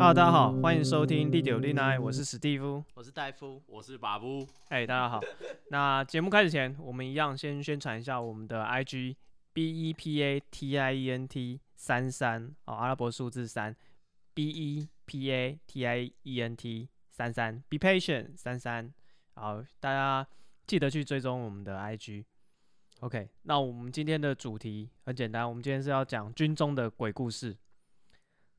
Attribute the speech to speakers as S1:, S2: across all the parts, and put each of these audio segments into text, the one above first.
S1: Hello，大家好，欢迎收听第九 n i 我是史蒂夫。
S2: 我是戴夫，
S3: 我是把布，
S1: 哎、大家好。那节目开始前，我们一样先宣传一下我们的 IG B E P A T I E N T 三三哦，阿拉伯数字三 B E P A T I E N T 三三 Be patient 三三。好，大家记得去追踪我们的 IG。OK，那我们今天的主题很简单，我们今天是要讲军中的鬼故事。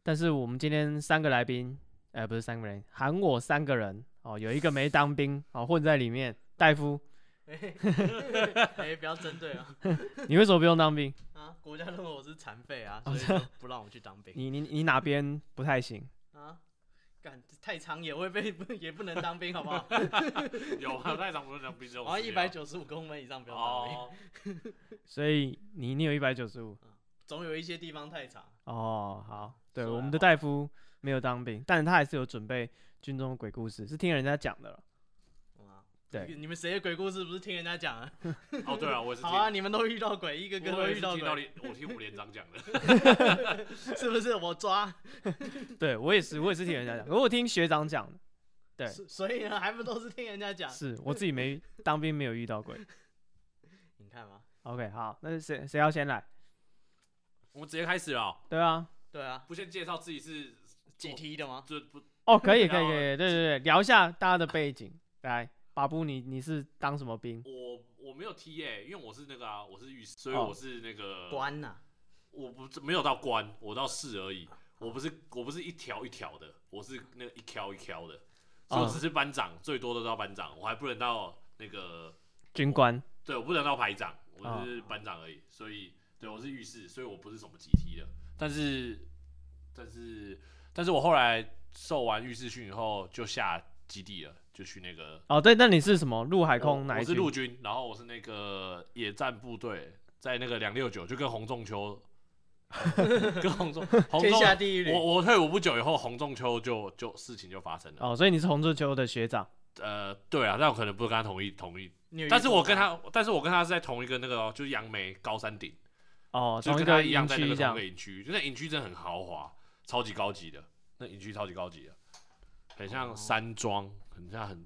S1: 但是我们今天三个来宾，呃，不是三个人，喊我三个人哦，有一个没当兵哦，混在里面。戴夫，
S2: 哎、哎不要针对 啊！
S1: 你为什么不用当兵？
S2: 啊，国家认为我是残废啊，
S3: 哦
S2: 所以就不让我去当兵
S1: 你你你哪边不太行？
S2: 啊。干太长也会被，不也不能当兵，好不好？
S3: 有啊，太长不是讲兵种，
S2: 我要一百九十五公分以上不要当兵，
S3: 啊哦，
S1: 所以你你有一百九十五
S2: 总有一些地方太长。
S1: 哦，好，对，
S3: 说
S1: 我
S3: 来
S1: 们的
S3: 话
S1: 戴夫没有当兵，但是他还是有准备军中的鬼故事，是听人家讲的了。
S2: 啊，
S1: 对，
S2: 你们谁的鬼故事不是听人家讲啊？
S3: 哦对啊，我也是
S2: 好
S3: 听，
S2: 啊，你们都遇到鬼，一个个
S3: 我
S2: 都
S3: 也
S2: 遇
S3: 是
S2: 到
S3: 听到
S2: 鬼，
S3: 你，我听五连长讲的，
S2: 是不是？我抓，
S1: 对我也是，我也是听人家讲，可我听学长讲的，对
S2: 所所以呢，还不都是听人家讲？
S1: 是我自己没当兵，没有遇到鬼。
S2: 你看嘛，
S1: OK，好，那是谁谁要先来？
S3: 我们直接开始了哦，
S1: 对啊，
S2: 对啊，
S3: 不先介绍自己是
S2: 几梯的吗？
S3: 这不
S1: 哦，可以，可以，可
S3: 然后
S1: 以，对对对，聊一下大家的背景。来，巴布，你你是当什么兵？
S3: 我我没有 T 耶，因为我是那个啊，我是御史，所以
S1: 哦
S3: 我是那个，
S2: 关呐，
S3: 我不是没有到官，我到市而已，我不是我不是一条一条的，我是那个一条一条的，所以我
S1: 哦
S3: 只是班长，最多都到班长，我还不能到那个
S1: 军官。
S3: 对，我不能到排长，我
S1: 啊
S3: 是班长而已，所以对我是浴室，所以我不是什么集体的。但是，但是，但是我后来受完浴室训以后，就下基地了，就去那个
S1: 哦，对，那你是什么？陆海空
S3: 呃我
S1: 哪一
S3: 我是
S1: 军？
S3: 陆军，然后我是那个野战部队，在那个两六九，就跟洪仲秋， 跟洪仲洪
S2: 天
S3: 仲，
S2: 下第一旅
S3: 哦我，我退伍不久以后，洪仲秋就就事情就发生了。
S1: 哦，所以你是洪仲秋的学长。
S3: 呃，对啊，但我可能不是跟他同一同一，
S2: 你有遇
S3: 但是我
S2: 过
S3: 跟
S2: 吗
S3: 他，但是我跟他是在同一个那个、哦，就是杨梅高山顶。
S1: 哦，
S3: 就
S1: 同
S3: 跟他
S1: 个
S3: 一
S1: 营
S3: 样在那
S1: 区
S3: 个
S1: 这
S3: 同
S1: 样
S3: 一个。营区，就那营区真的很豪华，超级高级的，那营区超级高级的，很像
S2: 哦
S3: 山庄，很像很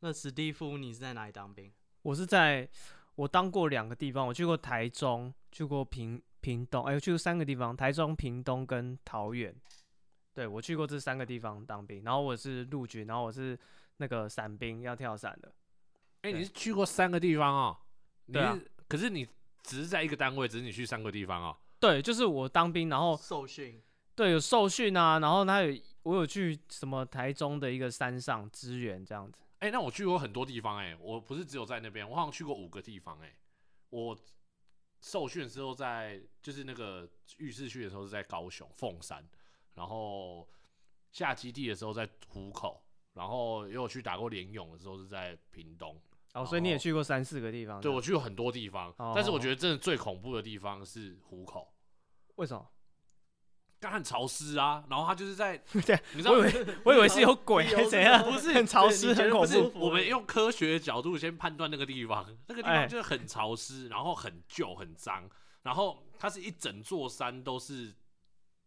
S2: 那史蒂夫，你是在哪里当兵？
S1: 我是在我当过两个地方，我去过台中，去过屏屏东，哎，我去过三个地方，台中、屏东跟桃园。对，我去过这三个地方当兵，然后我是陆军，然后我是那个伞兵，要跳伞的。
S3: 哎、
S1: 对
S3: 你是去过三个地方哦？你
S1: 对啊
S3: 是，可是你只是在一个单位，只是你去三个地方哦。
S1: 对，就是我当兵，然后
S2: 受训，
S1: 对，有受训啊，然后他有我有去什么台中的一个山上支援这样子。
S3: 哎、那我去过很多地方哎、我不是只有在那边，我好像去过五个地方哎、我受训的时候在就是那个浴室训的时候是在高雄凤山，然后下基地的时候在湖口，然后也有去打过联泳的时候是在屏东。
S1: 哦，所以你也
S3: 哦
S1: 去过三四个地方这
S3: 对
S1: 样。
S3: 我去过很多地方，
S1: 哦
S3: 但是我觉得真的最恐怖的地方是湖口，
S1: 为什么？，
S3: 干很潮湿啊，然后它就是在
S1: 对
S3: 你知道
S1: 我以为我以为是有鬼
S2: 理由
S1: 还是
S2: 是
S1: 怎
S2: 什
S1: 样？
S2: 么不是
S1: 很潮
S2: 对
S1: 湿，
S2: 你觉
S1: 很
S2: 得
S1: 恐
S2: 不是
S1: 怖。
S2: 舒服
S3: 我们
S2: 欸
S3: 用科学的角度先判断那个地方，那个地
S1: 哎
S3: 方就是很潮湿，然后很旧很脏，然后它是一整座山都是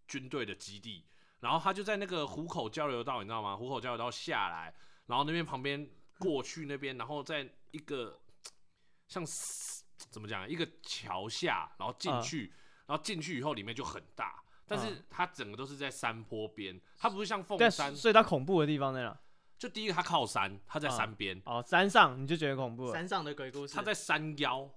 S3: 军队的基地，然后它就在那个湖口交流道，你知道吗？湖口交流道下来，然后那边旁边过去那边，然后在一个像是怎么讲，一个桥下，然后进
S1: 嗯
S3: 去，然后进去以后里面就很大。但是它整个都是在山坡边，它不是像凤
S1: 对啊，
S3: 山，
S1: 所以它恐怖的地方在哪？
S3: 就第一个它靠山，它在
S1: 嗯
S3: 山边，
S1: 哦，山上你就觉得恐怖了。
S2: 山上的鬼故事，
S3: 它在山腰，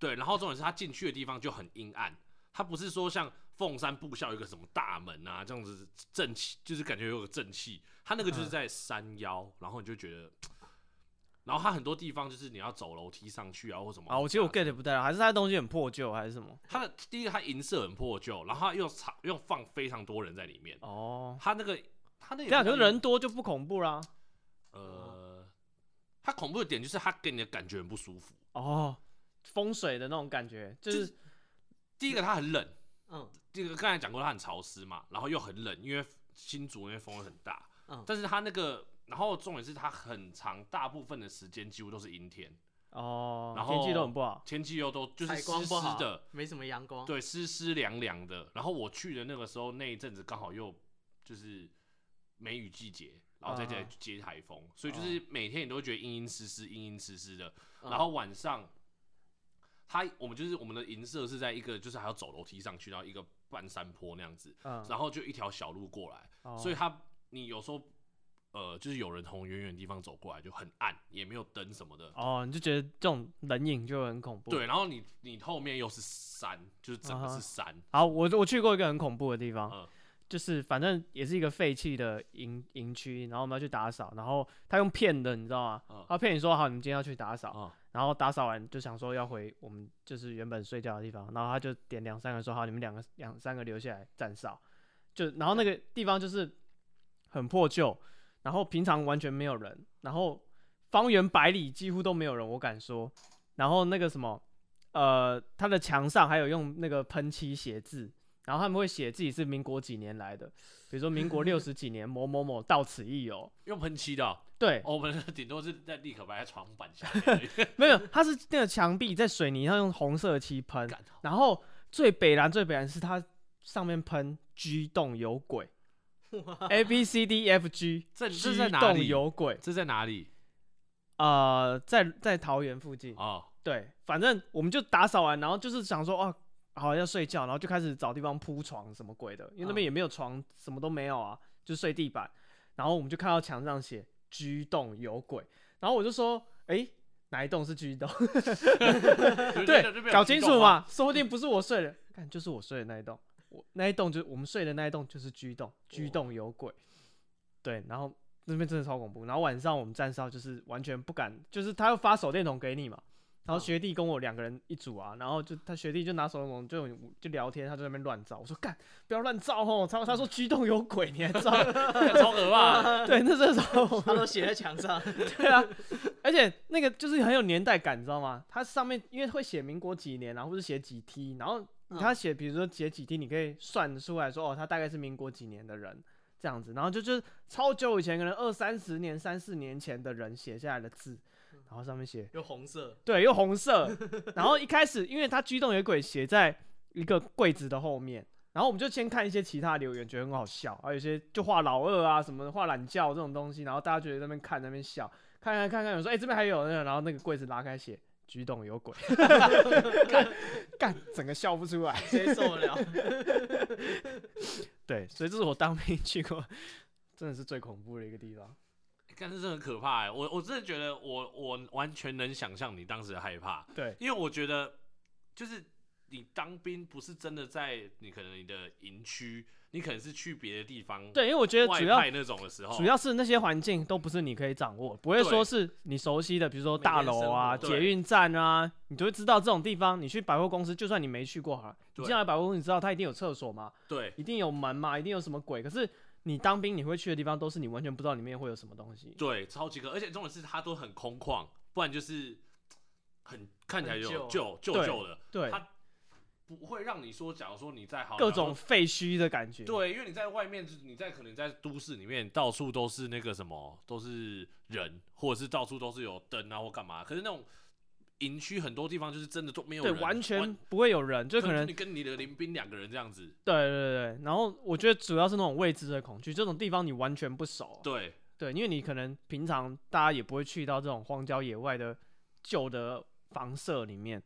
S3: 对，然后重点是它进去的地方就很阴暗，它不是说像凤山步校有一个什么大门啊这样子正气，就是感觉有个正气，它那个就是
S1: 嗯
S3: 在山腰，然后你就觉得，然后它很多地方就是你要走楼梯上去啊或什么
S1: 啊，我其实我 get 不到，还是它的东西很破旧还是什么？
S3: 它的第一个它银色很破旧，然后它又藏又放非常多人在里面，
S1: 哦，
S3: 它那个它那个
S1: 这样可是
S3: 是
S1: 啊人多就不恐怖啦。
S3: 呃，它恐怖的点就是它给你的感觉很不舒服，
S1: 哦，风水的那种感觉，就
S3: 就是第一个它很冷。
S2: 嗯
S3: 这个刚才讲过，它很潮湿嘛，然后又很冷，因为新竹那边风很大。
S2: 嗯
S3: 但是它那个，然后重点是它很长，大部分的时间几乎都是阴天，
S1: 哦，
S3: 然
S1: 天气都
S3: 后
S1: 很不好。
S3: 天气又都就是
S2: 采
S3: 湿
S2: 光
S3: 湿
S2: 不好哦
S3: 的，
S2: 没什么阳 光，
S3: 对，湿湿凉凉的。然后我去的那个时候，那一阵子刚好又就是梅雨季节，然
S2: 嗯
S3: 后再再
S1: 啊
S3: 接台风，所以就是每天你都会觉得阴阴湿湿、阴阴湿湿的。
S2: 哦嗯
S3: 然后晚上，它我们就是我们的银舍是在一个就是还要走楼梯上去，然后一个半山坡那样子，
S1: 嗯，
S3: 然后就一条小路过来，
S1: 哦
S3: 所以它你有时候呃就是有人从远远的地方走过来就很暗，也没有灯什么的。
S1: 哦，你就觉得这种冷饮就很恐怖。，
S3: 对，然后你你后面又是山，就是整个
S1: 啊哈
S3: 是山，
S1: 好，我我去过一个很恐怖的地方，
S3: 嗯
S1: 就是反正也是一个废弃的营营区，然后我们要去打扫，然后他用骗的，你知道吗？
S3: 嗯
S1: 他骗你说好，你们今天要去打扫，
S3: 啊
S1: 然后打扫完就想说要回我们就是原本睡觉的地方，然后他就点两三个说好，你们两个两三个留下来站哨，就然后那个地方就是很破旧，然后平常完全没有人，然后方圆百里几乎都没有人，我敢说，然后那个什么，呃，它的墙上还有用那个喷漆写字，然后他们会写自己是民国几年来的，比如说民国六十几年某某某到此一游，
S3: 用喷漆的哦、
S1: 对，
S3: 哦我们顶多是在立可白在床板下面 而已，
S1: 没有，它是那个墙壁在水泥上用红色的漆喷，
S3: 干
S1: 然后最北蓝最北蓝是它上面喷 G 洞有鬼，A B C D E F G
S3: 这这
S1: G
S3: 在哪
S1: 洞
S3: 里
S1: 有鬼，
S3: 这在哪里？
S1: 呃，在在桃园附近，
S3: 哦，
S1: 对，反正我们就打扫完，然后就是想说，哦、好要睡觉，然后就开始找地方铺床什么鬼的，因为那边
S3: 嗯
S1: 也没有床，什么都没有啊，就睡地板。然后我们就看到墙上写“居洞有鬼”，然后我就说，诶，哪一栋是居洞？对，搞清楚 嘛， 说不定不是我睡的，看就是我睡的那一栋，我那一栋就是我们睡的那一栋就是居栋，居栋有鬼。对，然后那边真的超恐怖。然后晚上我们站哨就是完全不敢，就是他要发手电筒给你嘛。然后
S3: 嗯
S1: 学弟跟我两个人一组啊，然后就他学弟就拿手电筒就就聊天，他就在那边乱照。我说干，不要乱照哦。他他说居栋有鬼，你还照？
S3: 哎超可怕。
S1: 对，那这时候
S2: 他都写在墙上，
S1: 对啊，而且那个就是很有年代感，你知道吗？它上面因为会写民国几年啊，或者写几梯，然后
S2: 嗯
S1: 他写，比如说写几梯，你可以算得出来说，哦，他大概是民国几年的人这样子，然后就就是超久以前，可能二三十年、三四年前的人写下来的字，然后上面写
S2: 有红色，
S1: 对，又红色，然后一开始因为它居动有鬼写在一个柜子的后面。然后我们就先看一些其他留言，觉得很好笑，啊，有些就画老二啊，什么画懒觉这种东西，然后大家觉得在那边看，在那边笑，看看看看，有说哎、这边还有那个，然后那个柜子拉开写“举动有鬼”，干干整个笑不出来。
S2: 谁受得了？
S1: 对，所以这是我当兵 去过，真的是最恐怖的一个地方。
S3: 但是这很可怕哎，我我真的觉得我我完全能想象你当时的害怕，
S1: 对，
S3: 因为我觉得就是你当兵不是真的在你可能你的营区，你可能是去别的地方
S1: 对，因为我觉得
S3: 外
S1: 主要
S3: 派那种的时候，
S1: 主要是那些环境都不是你可以掌握，不会
S3: 对
S1: 说是你熟悉的，比如说大楼啊、
S2: 每
S3: 天生活
S1: 捷运站啊，你就会知道这种地方。你去百货公司，就算你没去过好了，你
S3: 对
S1: 进来百货公司，你知道它一定有厕所嘛，
S3: 对
S1: 一定有门嘛，一定有什么鬼。可是你当兵，你会去的地方都是你完全不知道里面会有什么东西。
S3: 对超级可，而且重点是它都很空旷，不然就是很看起来有
S2: 很
S3: 旧旧
S1: 对
S3: 旧的，
S1: 对，
S3: 它不会让你说，假如说你在好
S1: 各
S3: 假如
S1: 种
S3: 说
S1: 废墟的感觉。
S3: 对，因为你在外面，就是你在可能在都市里面，到处都是那个什么，都是人，或者是到处都是有灯啊或干嘛。可是那种营区很多地方就是真的都没有
S1: 对，
S3: 人，
S1: 完全不会有人，就可能
S3: 你跟你的林兵两个人这样子。
S1: 对对对。然后我觉得主要是那种未知的恐惧，这种地方你完全不熟。啊
S3: 对
S1: 对，因为你可能平常大家也不会去到这种荒郊野外的旧的房舍里面，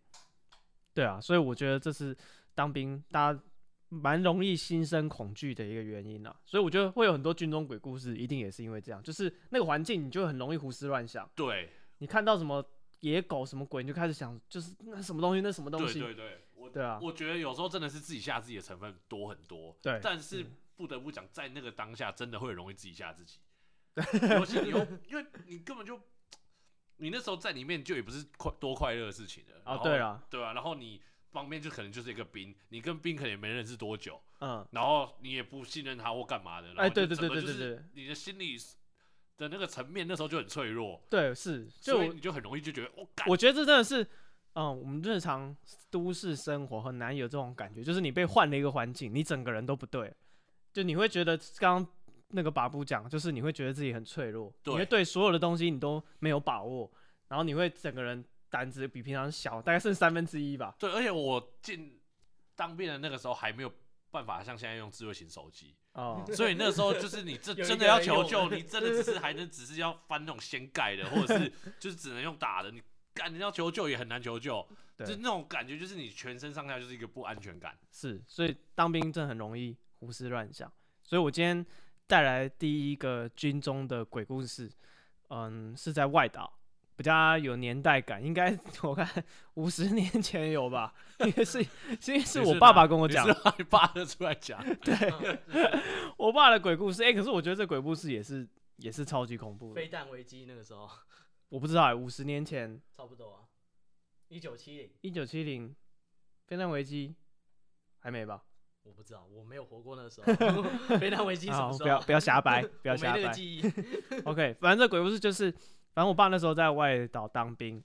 S1: 对啊，所以我觉得这是当兵大家蛮容易心生恐惧的一个原因啊。所以我觉得会有很多军中鬼故事，一定也是因为这样，就是那个环境你就很容易胡思乱想，
S3: 对
S1: 你看到什么野狗什么鬼，你就开始想就是那什么东西，那什么东
S3: 对
S1: 西，
S3: 对对，我
S1: 对啊
S3: 我觉得有时候真的是自己吓自己的成分多很多。
S1: 对
S3: 但是
S1: 嗯
S3: 不得不讲，在那个当下真的会容易自己吓 自己，尤其你又因为你根本就你那时候在里面就也不是快多快乐的事情了。然
S1: 啊，
S3: 后
S1: 对了，
S3: 对啊，然后你旁边就可能就是一个兵，你跟兵可能也没认识多久，
S1: 嗯，
S3: 然后你也不信任他或干嘛的，然后
S1: 哎对
S3: 就
S1: 对对
S3: 整个
S1: 对
S3: 就
S1: 对
S3: 是
S1: 对
S3: 你的心理的那个层面那时候就很脆弱，
S1: 对，是，就
S3: 所以
S1: 我
S3: 你就很容易就觉得我干，
S1: 我觉得这真的是，嗯，我们日常都市生活很难有这种感觉，就是你被换了一个环境，你整个人都不对，就你会觉得刚刚那个把布讲，就是你会觉得自己很脆弱，你会
S3: 对
S1: 对所有的东西你都没有把握，然后你会整个人胆子比平常小，大概剩三分之一吧。
S3: 对，而且我进当兵的那个时候还没有办法像现在用智慧型手机，
S1: 哦，
S3: 所以那时候就是你 这
S2: 有一个
S3: 真的要求
S2: 人
S3: 救，
S2: 用
S3: 你真的只是还能只是要翻那种掀盖的，或者是就是只能用打的，你干你要求救也很难求救，
S1: 对
S3: 就是那种感觉，就是你全身上下就是一个不安全感。
S1: 是，所以当兵真的很容易胡思乱想。所以我今天带来第一个军中的鬼故事，嗯，是在外岛，比较有年代感，应该 我看五十年前有吧，因为是因为是
S3: 你
S1: 我
S3: 哪
S1: 爸爸跟我
S3: 你
S1: 讲
S3: 是，把你爸的出来讲，
S2: 嗯
S1: 我爸的鬼故事。哎、可是我觉得这鬼故事也是也是超级恐怖的
S2: 飞，弹危机那个时候
S1: 我不知道哎、五十年前，
S2: 差不多啊，一九七零，
S1: 一九七零，飞弹危机还没吧？
S2: 我不知道，我没有活过那个时候， 飞弹危机什
S1: 好，
S2: 么时
S1: 不要
S2: 候？啊
S1: 不要瞎 掰，不要
S2: 我没
S1: 瞎
S2: 那
S1: 掰
S2: 个。记忆，
S1: OK，反正这鬼故事就是，反正我爸那时候在外岛当兵，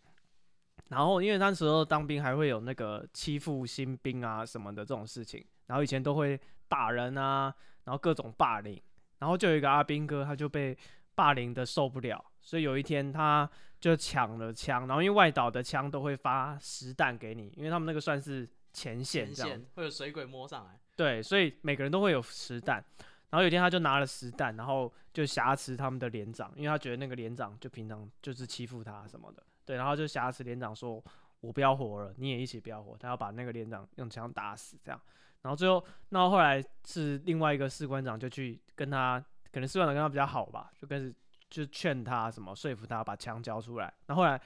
S1: 然后因为那时候当兵还会有那个欺负新兵啊什么的这种事情，然后以前都会打人啊，然后各种霸凌，然后就有一个阿兵哥他就被霸凌的受不了，所以有一天他就抢了枪，然后因为外岛的枪都会发实弹给你，因为他们那个算是前 线
S2: 前
S1: 这样
S2: 线会有水鬼摸上来，
S1: 对，所以每个人都会有实弹。然后有一天他就拿了实弹，然后就挟持他们的连长，因为他觉得那个连长就平常就是欺负他什么的，对，然后就挟持连长说：“我不要活了，你也一起不要活。”他要把那个连长用枪打死，这样。然后最后，那后来是另外一个士官长就去跟他，可能士官长跟他比较好吧，就跟就劝他什么，说服他把枪交出来。然后后来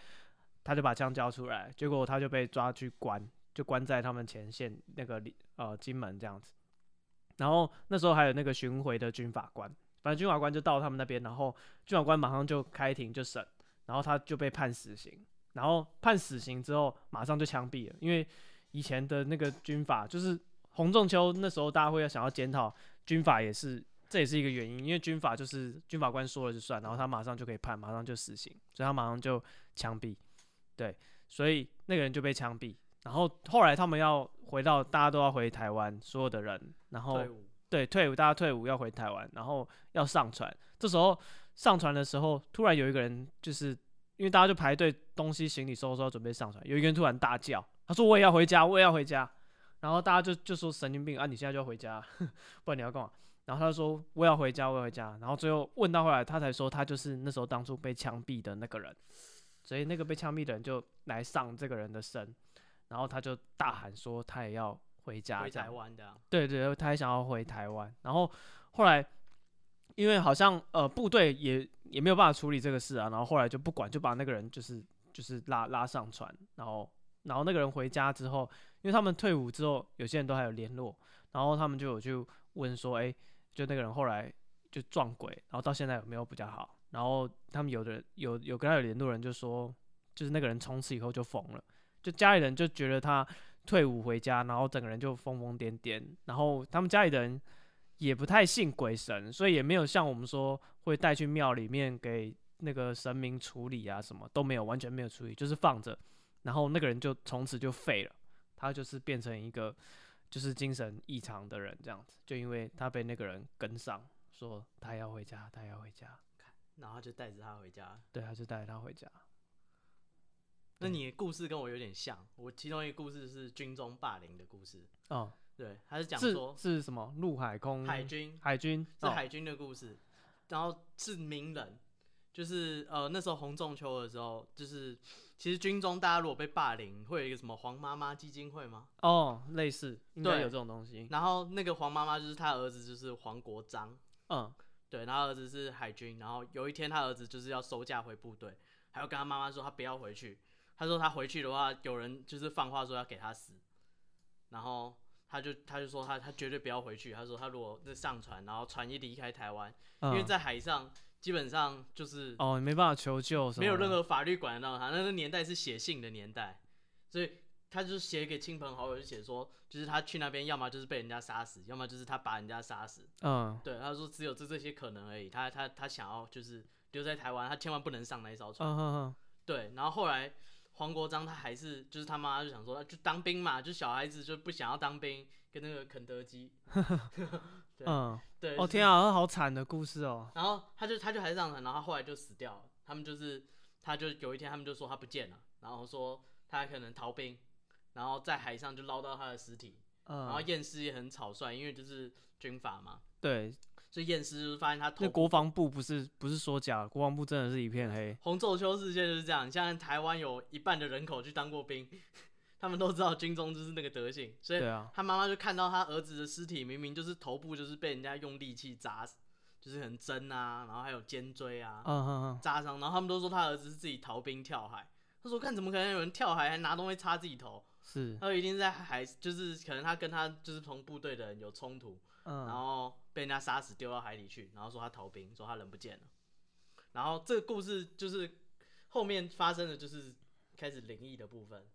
S1: 他就把枪交出来，结果他就被抓去关，就关在他们前线那个里呃金门这样子。然后那时候还有那个巡回的军法官，反正军法官就到他们那边，然后军法官马上就开庭就审，然后他就被判死刑，然后判死刑之后马上就枪毙了，因为以前的那个军法就是洪仲秋那时候大家会想要检讨军法也是。这也是一个原因，因为军法就是军法官说了就算，然后他马上就可以判，马上就死刑，所以他马上就枪毙。对，所以那个人就被枪毙。然后后来他们要回到，大家都要回台湾，所有的人，然后
S2: 队伍
S1: 对，退伍，大家退伍要回台湾，然后要上船。这时候上船的时候，突然有一个人，就是因为大家就排队，东西行李收收，准备上船。有一个人突然大叫，他说：“我也要回家，我也要回家。”然后大家就就说：“神经病啊，你现在就要回家， 不然你要干嘛？”然后他就说：“我要回家，我要回家。”然后最后问到后来，他才说他就是那时候当初被枪毙的那个人，所以那个被枪毙的人就来上这个人的身，然后他就大喊说他也要回家，
S2: 回
S1: 这样
S2: 台湾的啊，
S1: 对对，他还想要回台湾。然后后来，因为好像呃部队也也没有办法处理这个事啊，然后后来就不管，就把那个人就是就是拉拉上船，然后然后那个人回家之后，因为他们退伍之后，有些人都还有联络，然后他们就有去问说，哎，就那个人后来就撞鬼，然后到现在有没有比较好？然后他们有的有有跟他有联络人就说，就是那个人从此以后就疯了，就家里人就觉得他退伍回家，然后整个人就疯疯癫癫，然后他们家里的人也不太信鬼神，所以也没有像我们说会带去庙里面给那个神明处理啊，什么都没有，完全没有处理，就是放着，然后那个人就从此就废了，他就是变成一个就是精神异常的人这样子，就因为他被那个人跟上，说他要回家，他要回家，
S2: 然后就带着他回家。
S1: 对，他就带着他回家，
S2: 那
S1: 对
S2: 你的故事跟我有点像，我其中一个故事是军中霸凌的故事，
S1: 哦、
S2: 对，他是讲
S1: 是嗯
S2: 说
S1: 是什么陆海空
S2: 海军
S1: 海军
S2: 是
S1: 哦
S2: 海军的故事，然后是名人，就是呃那时候洪仲秋的时候，就是其实军中大家如果被霸凌，会有一个什么黄妈妈基金会吗？
S1: 哦，类似应该
S2: 对
S1: 有这种东西。
S2: 然后那个黄妈妈就是他儿子就是黄国章，
S1: 嗯，
S2: 对，然后儿子是海军，然后有一天他儿子就是要收假回部队，还要跟他妈妈说他不要回去，他说他回去的话，有人就是放话说要给他死，然后他就他就说他他绝对不要回去，他说他如果是上船，然后船一离开台湾，因为
S1: 嗯
S2: 在海上基本上就是
S1: 哦，你没办法求救什么，
S2: 没有任。何法律管得到他，那个年代是写信的年代，所以他就是写给亲朋好友，就写说就是他去那边，要么就是被人家杀死，要么就是他把人家杀死，
S1: 嗯，
S2: 对，他说只有这这些可能而已。他他他想要就是留在台湾，他千万不能上那一艘船。
S1: 嗯哼
S2: 对，然后后来黄国章他还是就是他妈就想说啊就当兵嘛，就小孩子就不想要当兵，跟那个肯德基。
S1: 哼，嗯，
S2: 对，
S1: 哦天
S2: 啊！
S1: 啊，好惨的故事哦。
S2: 然后他就他就还是上船，然后他后来就死掉了。他们就是他就有一天他们就说他不见了，然后说他可能逃兵，然后在海上就捞到他的尸体，然后
S1: 嗯，
S2: 验尸也很草率，因为就是军阀嘛，
S1: 对，
S2: 所以验尸就是发现他
S1: 那
S2: 头
S1: 国防部不是不是说假，国防部真的是一片黑。
S2: 红皱秋事件就是这样。像台湾有一半的人口去当过兵， 他们都知道军中就是那个德性，所以
S1: 对啊，
S2: 他妈妈就看到他儿子的尸体，明明就是头部就是被人家用利器砸死，就是很针啊，然后还有尖锥啊，
S1: 嗯嗯嗯，
S2: 扎伤，然后他们都说他儿子是自己逃兵跳海。他说：“看，怎么可能有人跳海还拿东西插自己头？
S1: 是，
S2: 他说一定是在海，就是可能他跟他就是同部队的人有冲突，然
S1: 嗯，
S2: 后被人家杀死丢到海里去，然后说他逃兵，说他人不见了。然后这个故事就是后面发生的就是开始灵异的部分，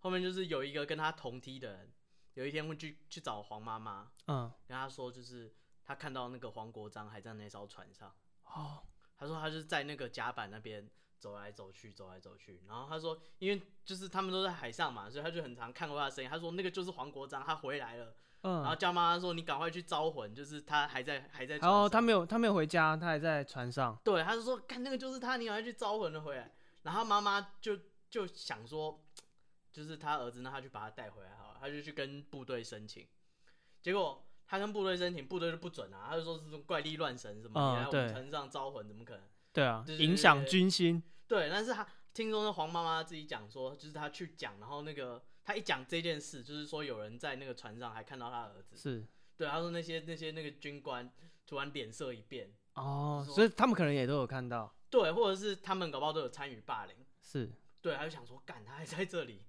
S2: 后面就是有一个跟他同梯的人，有一天会去去找黄妈妈，
S1: 嗯，
S2: 跟他说就是他看到那个黄国章还在那艘船上。”
S1: 哦，
S2: 他说他就是在那个甲板那边走来走去，走来走去。然后他说，因为就是他们都在海上嘛，所以他就很常看过他的身影。他说那个就是黄国章，他回来了。然后
S1: 嗯，
S2: 叫妈妈说你赶快去招魂，就是他还在还在
S1: 然
S2: 船上。
S1: 后他没有他没有回家，他还在船上。
S2: 对，他就说看那个就是他，你赶快去招魂了回来。然后妈妈就就想说，就是他儿子，那他去把他带回来好了，他就去跟部队申请。结果他跟部队申请，部队就不准啊，他就说是怪力乱神什么，
S1: 嗯
S2: 你来我们
S1: 对
S2: 船上招魂怎么可能？
S1: 对啊，
S2: 对对
S1: 影
S2: 对
S1: 响
S2: 对
S1: 军心。
S2: 对，但是他听说那黄妈妈自己讲说，就是他去讲，然后那个他一讲这件事，就是说有人在那个船上还看到他儿子。
S1: 是，
S2: 对，他说那些那些那个军官突然脸色一变，
S1: 哦，
S2: 说
S1: 所以他们可能也都有看到。
S2: 对，或者是他们搞不好都有参与霸凌，
S1: 是，
S2: 对，他就想说，干他还在这里，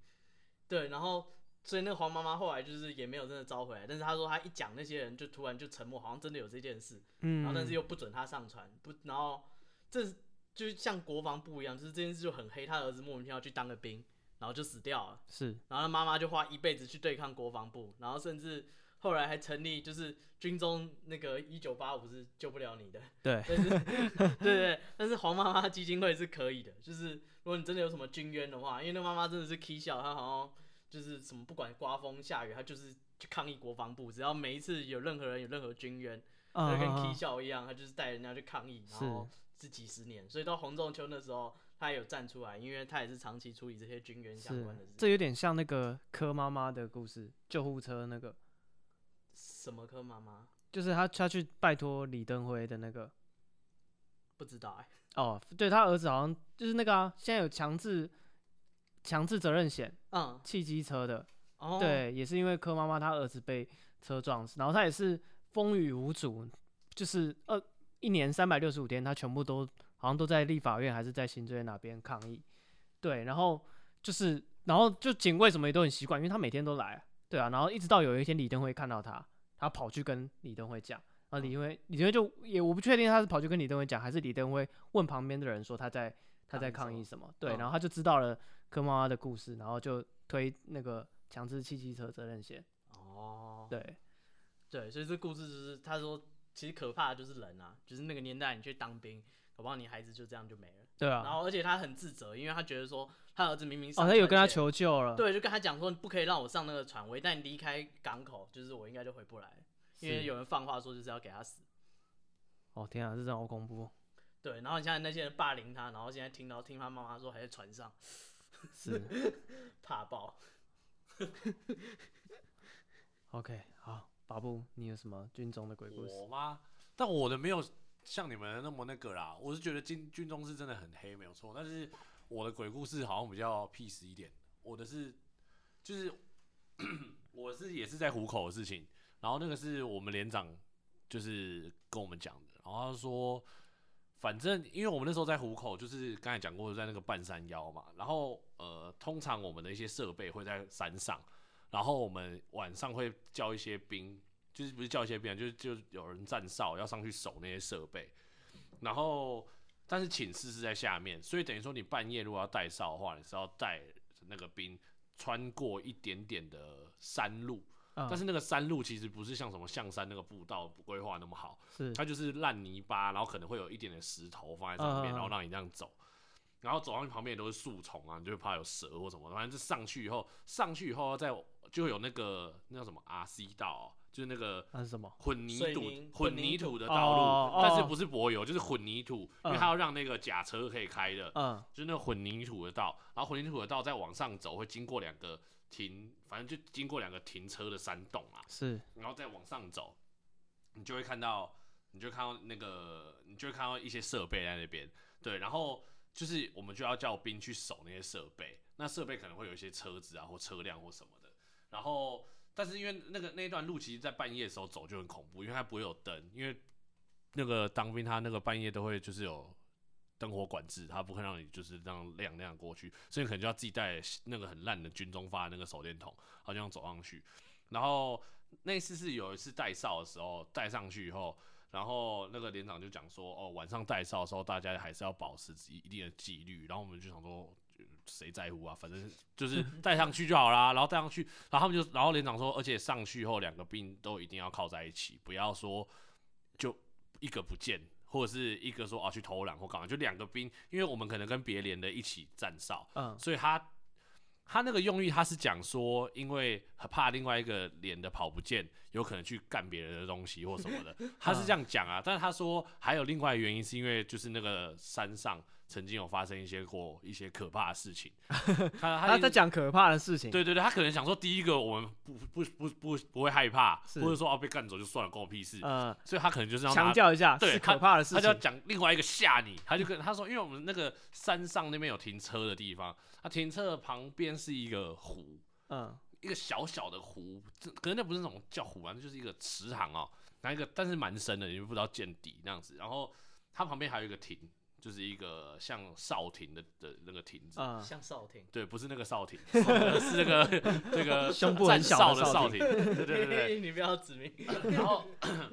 S2: 对，然后所以那个黄妈妈后来就是也没有真的招回来，但是他说他一讲那些人就突然就沉默，好像真的有这件事，
S1: 嗯，
S2: 然后但是又不准他上船，不，然后这是就是像国防部一样，就是这件事就很黑，他儿子莫名其妙去当个兵，然后就死掉了，
S1: 是，
S2: 然后他妈妈就花一辈子去对抗国防部，然后甚至后来还成立就是军中那个一九八五是救不了你的，
S1: 对，
S2: 但是 对对对，但是黄妈妈基金会是可以的，就是如果你真的有什么军冤的话，因为那妈妈真的是 K 笑，她好像就是什么不管刮风下雨，她就是去抗议国防部，只要每一次有任何人有任何军冤，
S1: 嗯
S2: 就跟
S1: 嗯
S2: K
S1: 嗯
S2: 笑一样，他就是带人家去抗议，然
S1: 是
S2: 后是几十年，所以到洪仲秋那时候，他也有站出来，因为他也是长期处理这些军援相
S1: 是
S2: 关的事。
S1: 这有点像那个柯妈妈的故事，救护车那个，
S2: 什么科妈妈
S1: 就是他他去拜托李登辉的那个。
S2: 不知道哎、
S1: 哦，对他儿子好像就是那个啊，现在有强制强制责任险，
S2: 嗯，
S1: 汽机车的，
S2: 哦，，
S1: 对，也是因为柯妈妈她儿子被车撞死，然后他也是风雨无阻，就是二一年三百六十五天，他全部都好像都在立法院还是在行政院哪边抗议，对，然后就是然后就警卫什么也都很习惯，因为他每天都来，对啊，然后一直到有一天李登辉看到他，他跑去跟李登辉讲。然后李登辉，李登辉就也我不确定他是跑去跟李登辉讲，还是李登辉问旁边的人说他在他在
S2: 抗
S1: 抗
S2: 议
S1: 议什么？对，
S2: 嗯
S1: 然后他就知道了柯妈妈的故事，然后就推那个强制汽机车责任险。
S2: 哦，
S1: 对，
S2: 对，所以这故事就是他说，其实可怕的就是人啊，就是那个年代你去当兵，搞不好你孩子就这样就没了。
S1: 对
S2: 然
S1: 啊。
S2: 后而且他很自责，因为他觉得说他儿子明明
S1: 哦，
S2: 上
S1: 他有
S2: 船
S1: 跟他
S2: 前，
S1: 求救了。
S2: 对，就跟他讲说你不可以让我上那个船，我一旦离开港口，就是我应该就回不来了，因为
S1: 是
S2: 有人放话说就是要给他死。
S1: 哦天啊，这真的好恐怖。
S2: 对，然后你像那些人霸凌他，然后现在听到听他妈妈说还在船上，
S1: 是。
S2: 怕爆。
S1: OK，好，巴布，你有什么军中的鬼故事？
S3: 我吗？但我的没有像你们那么那个啦。我是觉得军军中是真的很黑，没有错。但是我的鬼故事好像比较 peace 一点。我的是，就是 我是也是在虎口的事情，然后那个是我们连长就是跟我们讲的，然后他说，反正因为我们那时候在虎口，就是刚才讲过在那个半山腰嘛，然后呃，通常我们的一些设备会在山上，然后我们晚上会叫一些兵，就是不是叫一些兵啊，就是就有人站哨要上去守那些设备，然后但是寝室是在下面，所以等于说你半夜如果要带哨的话，你是要带那个兵穿过一点点的山路，
S1: 嗯
S3: 但是那个山路其实不是像什么象山那个步道规划那么好，
S1: 是
S3: 它就是烂泥巴，然后可能会有一点点石头放在上面，
S1: 嗯嗯嗯
S3: 然后让你这样走。然后走上去旁边也都是树丛啊，你就会怕有蛇或什么。反正就上去以后，上去以后要在就有那个那叫什么 RC 道哦、就是那个
S1: 那是什么？
S3: 混凝
S2: 水
S3: 土
S2: 泥
S3: 混
S2: 混
S3: 凝
S2: 凝
S3: 土
S2: 土
S3: 的道路，
S1: 哦哦
S3: 但是不是柏油，就是混凝土，因为
S1: 嗯
S3: 它要让那个假车可以开的，
S1: 嗯
S3: 就是那个混凝土的道，然后混凝土的道再往上走会经过两个停，反正就经过两个停车的山洞啊，
S1: 是
S3: 然后再往上走，你就会看到，你就看到那个，你就会看到一些设备在那边，对，然后就是我们就要叫兵去守那些设备，那设备可能会有一些车子啊或车辆或什么的，然后但是因为那个那一段路其实在半夜的时候走就很恐怖，因为它不会有灯，因为那个当兵他那个半夜都会就是有。灯火管制，他不会让你就是这样亮亮过去，所以你可能就要自己带那个很烂的军中发的那个手电筒，然后这样走上去。然后那次是有一次带哨的时候带上去以后，然后那个连长就讲说，哦，晚上带哨的时候大家还是要保持一一定的纪律。然后我们就想说，呃谁在乎啊？反正就是带上去就好啦。然后带上去，然后他们就，然后连长说，而且上去后两个兵都一定要靠在一起，不要说就一个不见。或者是一个说啊去偷懒或干嘛，就两个兵，因为我们可能跟别连的一起站哨，
S1: 嗯
S3: 所以他他那个用意，他是讲说，因为怕另外一个连的跑不见，有可能去干别人的东西或什么 的，他
S1: 嗯
S3: 是这样讲啊。但是他说还有另外一个原因，是因为就是那个山上曾经有发生一些过一些可怕的 事情。他
S1: 他
S3: 他
S1: 在。讲可怕的事情。
S3: 对对对，他可能想说，第一个我们不不不不不会害怕，
S1: 是
S3: 或者说哦被干走就算了，关我屁事。
S1: 呃，
S3: 所以他可能就是要拿
S1: 强调一下
S3: 对
S1: 是
S3: 他
S1: 可怕的事
S3: 他就要
S1: 情。
S3: 讲另外一个吓你，他就跟他说，因为我们那个山上那边有停车的地方，他停车的旁边是一个湖，
S1: 嗯
S3: 一个小小的湖，这可能那不是那种叫湖啊，那就是一个池塘哦，然后一个但是蛮深的，你不知道见底那样子。然后它旁边还有一个亭，就是一个像哨亭的的那个亭子。
S1: 嗯，
S2: 像少廷，
S3: 对，不是那个哨亭，是那个是那个 这个
S1: 胸部
S3: 站
S1: 很小
S3: 哨
S1: 的
S3: 的
S1: 哨
S3: 哨亭， 对对 对对，哎
S2: 你不要指名，
S3: 然后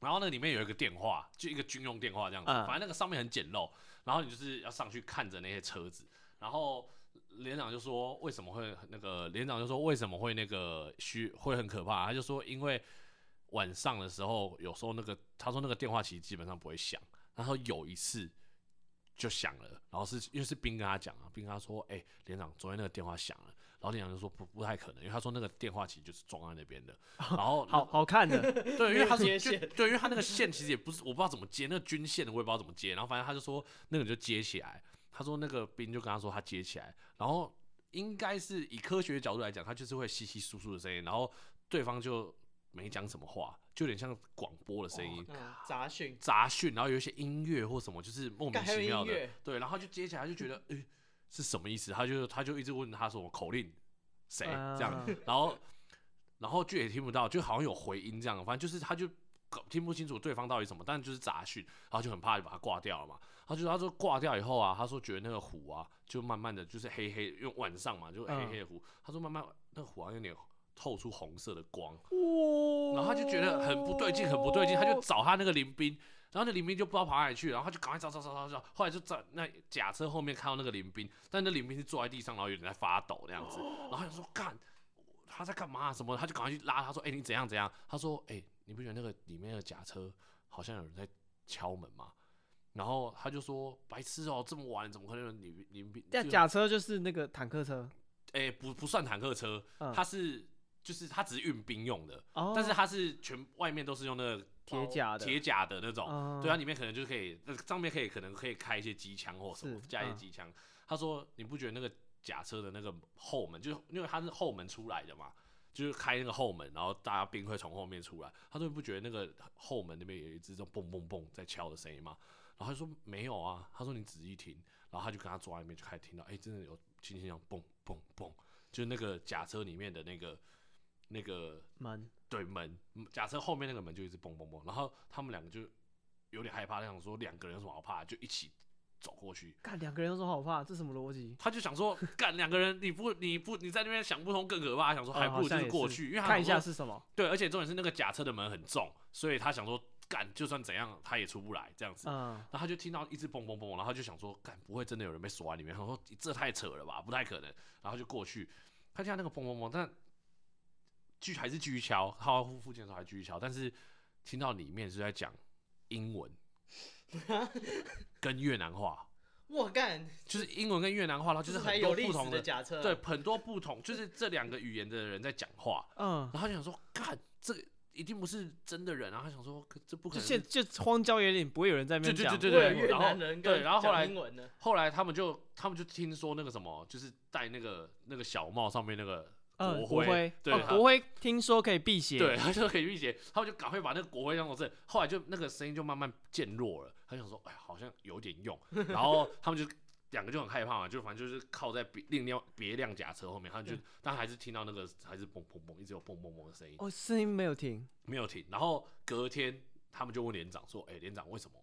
S3: 然后那里面有一个电话，就一个军用电话这样子，
S1: 嗯
S3: 反正那个上面很简陋，然后你就是要上去看着那些车子，然后。连长就说：“为什么会那个？”连长就说：“为什么会那个虚会很可怕？”他就说：“因为晚上的时候，有时候那个他说那个电话其实基本上不会响，然后有一次就响了，然后是因为是兵跟他讲啊，兵跟他说：‘哎、连长，昨天那个电话响了。’然后连长就说：‘不，不太可能，因为他说那个电话其实就是装在那边的。’然后
S1: 好好看 的，
S3: 对，因为
S2: 没有
S3: 他
S2: 接
S3: 就
S2: 线
S3: 对，因为他那个线其实也不是，我不知道怎么接，那个军线我也不知道怎么接。然后反正他就说那个你就接起来，他说那个兵就跟他说他接起来，然后应该是以科学的角度来讲，他就是会稀稀疏疏的声音，然后对方就没讲什么话，就有点像广播的声音。
S2: 嗯，杂讯，
S3: 杂讯，然后有一些音乐或什么，就是莫名
S2: 干还有
S3: 其妙
S2: 音
S3: 的
S2: 乐，
S3: 对，然后他就接起来他就觉得， 诶、是什么意思？他就他就一直问他说我口令谁这样，
S1: 嗯
S3: 然后然后就也听不到，就好像有回音这样，反正就是他就搞听不清楚对方到底什么，但就是杂讯，然后就很怕就把它挂掉了嘛。他就他说挂掉以后啊，他说觉得那个湖啊，就慢慢的就是黑黑，因为晚上嘛，就黑黑的湖。他说慢慢那个湖好像有点透出红色的光，然后他就觉得很不对劲，很不对劲，他就找他那个林兵，然后那林兵就不知道跑哪里去，然后他就赶快找找找找找，后来就找那假车后面看到那个林兵，但那林兵是坐在地上，然后有点在发抖那样子，然后他就说干他在干嘛、什么的，他就赶快去拉他说，哎、你怎样怎样？他说，哎、你不觉得那个里面的假车好像有人在敲门吗？然后他就说：“白痴哦、这么晚怎么可能有林林兵？
S1: 但
S3: 就
S1: 假车就是那个坦克车，
S3: 哎、不不算坦克车，
S1: 嗯
S3: 它是就是它只是运兵用的，
S1: 哦，
S3: 但是它是全外面都是用那个
S2: 哦
S1: 铁甲的
S3: 铁甲的那种，
S1: 嗯
S3: 对，它里啊面可能就是可以，那上面可以可能可以开一些机枪或什么，
S1: 是
S3: 加一些
S1: 嗯
S3: 机枪。他说你不觉得那个甲车的那个后门，就是因为它是后门出来的嘛，就是开那个后门，然后大家兵会从后面出来。他说你不觉得那个后门那边有一只这种嘣嘣嘣在敲的声音吗？然后他就说没有啊，他说你仔细听，然后他就跟他坐在那边就开始听到，哎、真的有轻轻这样嘣嘣嘣，就是那个甲车里面的那个那个
S1: 门
S3: 对门，嗯假设后面那个门就一直蹦蹦蹦，然后他们两个就有点害怕，他想说两个人有什么好怕，就一起走过去。
S1: 看两个人都说好怕，这什么逻辑？
S3: 他就 想说，干两个人，你不你不你在那边想不通更可怕，想说还
S1: 嗯
S3: 不
S1: 好
S3: 如就
S1: 像
S3: 是
S1: 也
S3: 过去，因为他
S1: 看一
S3: 想
S1: 下是
S3: 说
S1: 什么，
S3: 对，而且重点是那个假车的门很重，所以他想说干就算怎样他也出不来这样子。
S1: 嗯，
S3: 然后他就听到一直嘣嘣嘣，然后他就想说，干不会真的有人被锁在里面？他 说这太扯了吧，不太可能。然后就过去，他听到那个嘣嘣嘣，但继续还是继续敲，他附附近的时候还继续敲，但是听到里面是在讲英文跟越南话，
S2: 我干，
S3: 就是英文跟越南话，然后就是
S2: 这才
S3: 很
S2: 有
S3: 多
S2: 历
S3: 不
S2: 史
S3: 同的，
S2: 假设啊，
S3: 对，很多不同，就是这两个语言的人在讲话，
S1: 嗯，
S3: 然后就想说，干，这个一定不是真的人，然啊后他想说，可这不可
S1: 就
S3: 能
S1: 现
S3: 是。
S1: 就荒郊野岭不会有人在那边
S3: 对
S1: 讲，
S3: 对对
S2: 为了
S3: 对
S2: 越
S3: 然后
S2: 南人
S3: 对
S2: 跟
S3: 然后后
S2: 讲
S3: 来
S2: 英文的，
S3: 后来他们就他们就听说那个什么，就是戴那个那个小帽上面那个
S1: 嗯，国
S3: 国
S1: 徽，
S3: 对
S1: 哦
S3: 他
S1: 国徽听说可以辟邪，
S3: 对， 他就可以预解，他们就赶快把那个国徽当做这，后来就那个声音就慢慢渐弱了，他想说，哎，好像有点 用，然后他们就两个就很害怕嘛，就反正就是靠在别另辆别辆甲车后面，他们就、但还是听到那个还是砰砰砰，一直有砰砰砰的声音，
S1: 哦，声音没有停，
S3: 没有停，然后隔天他们就问连长说，哎，连长为什么？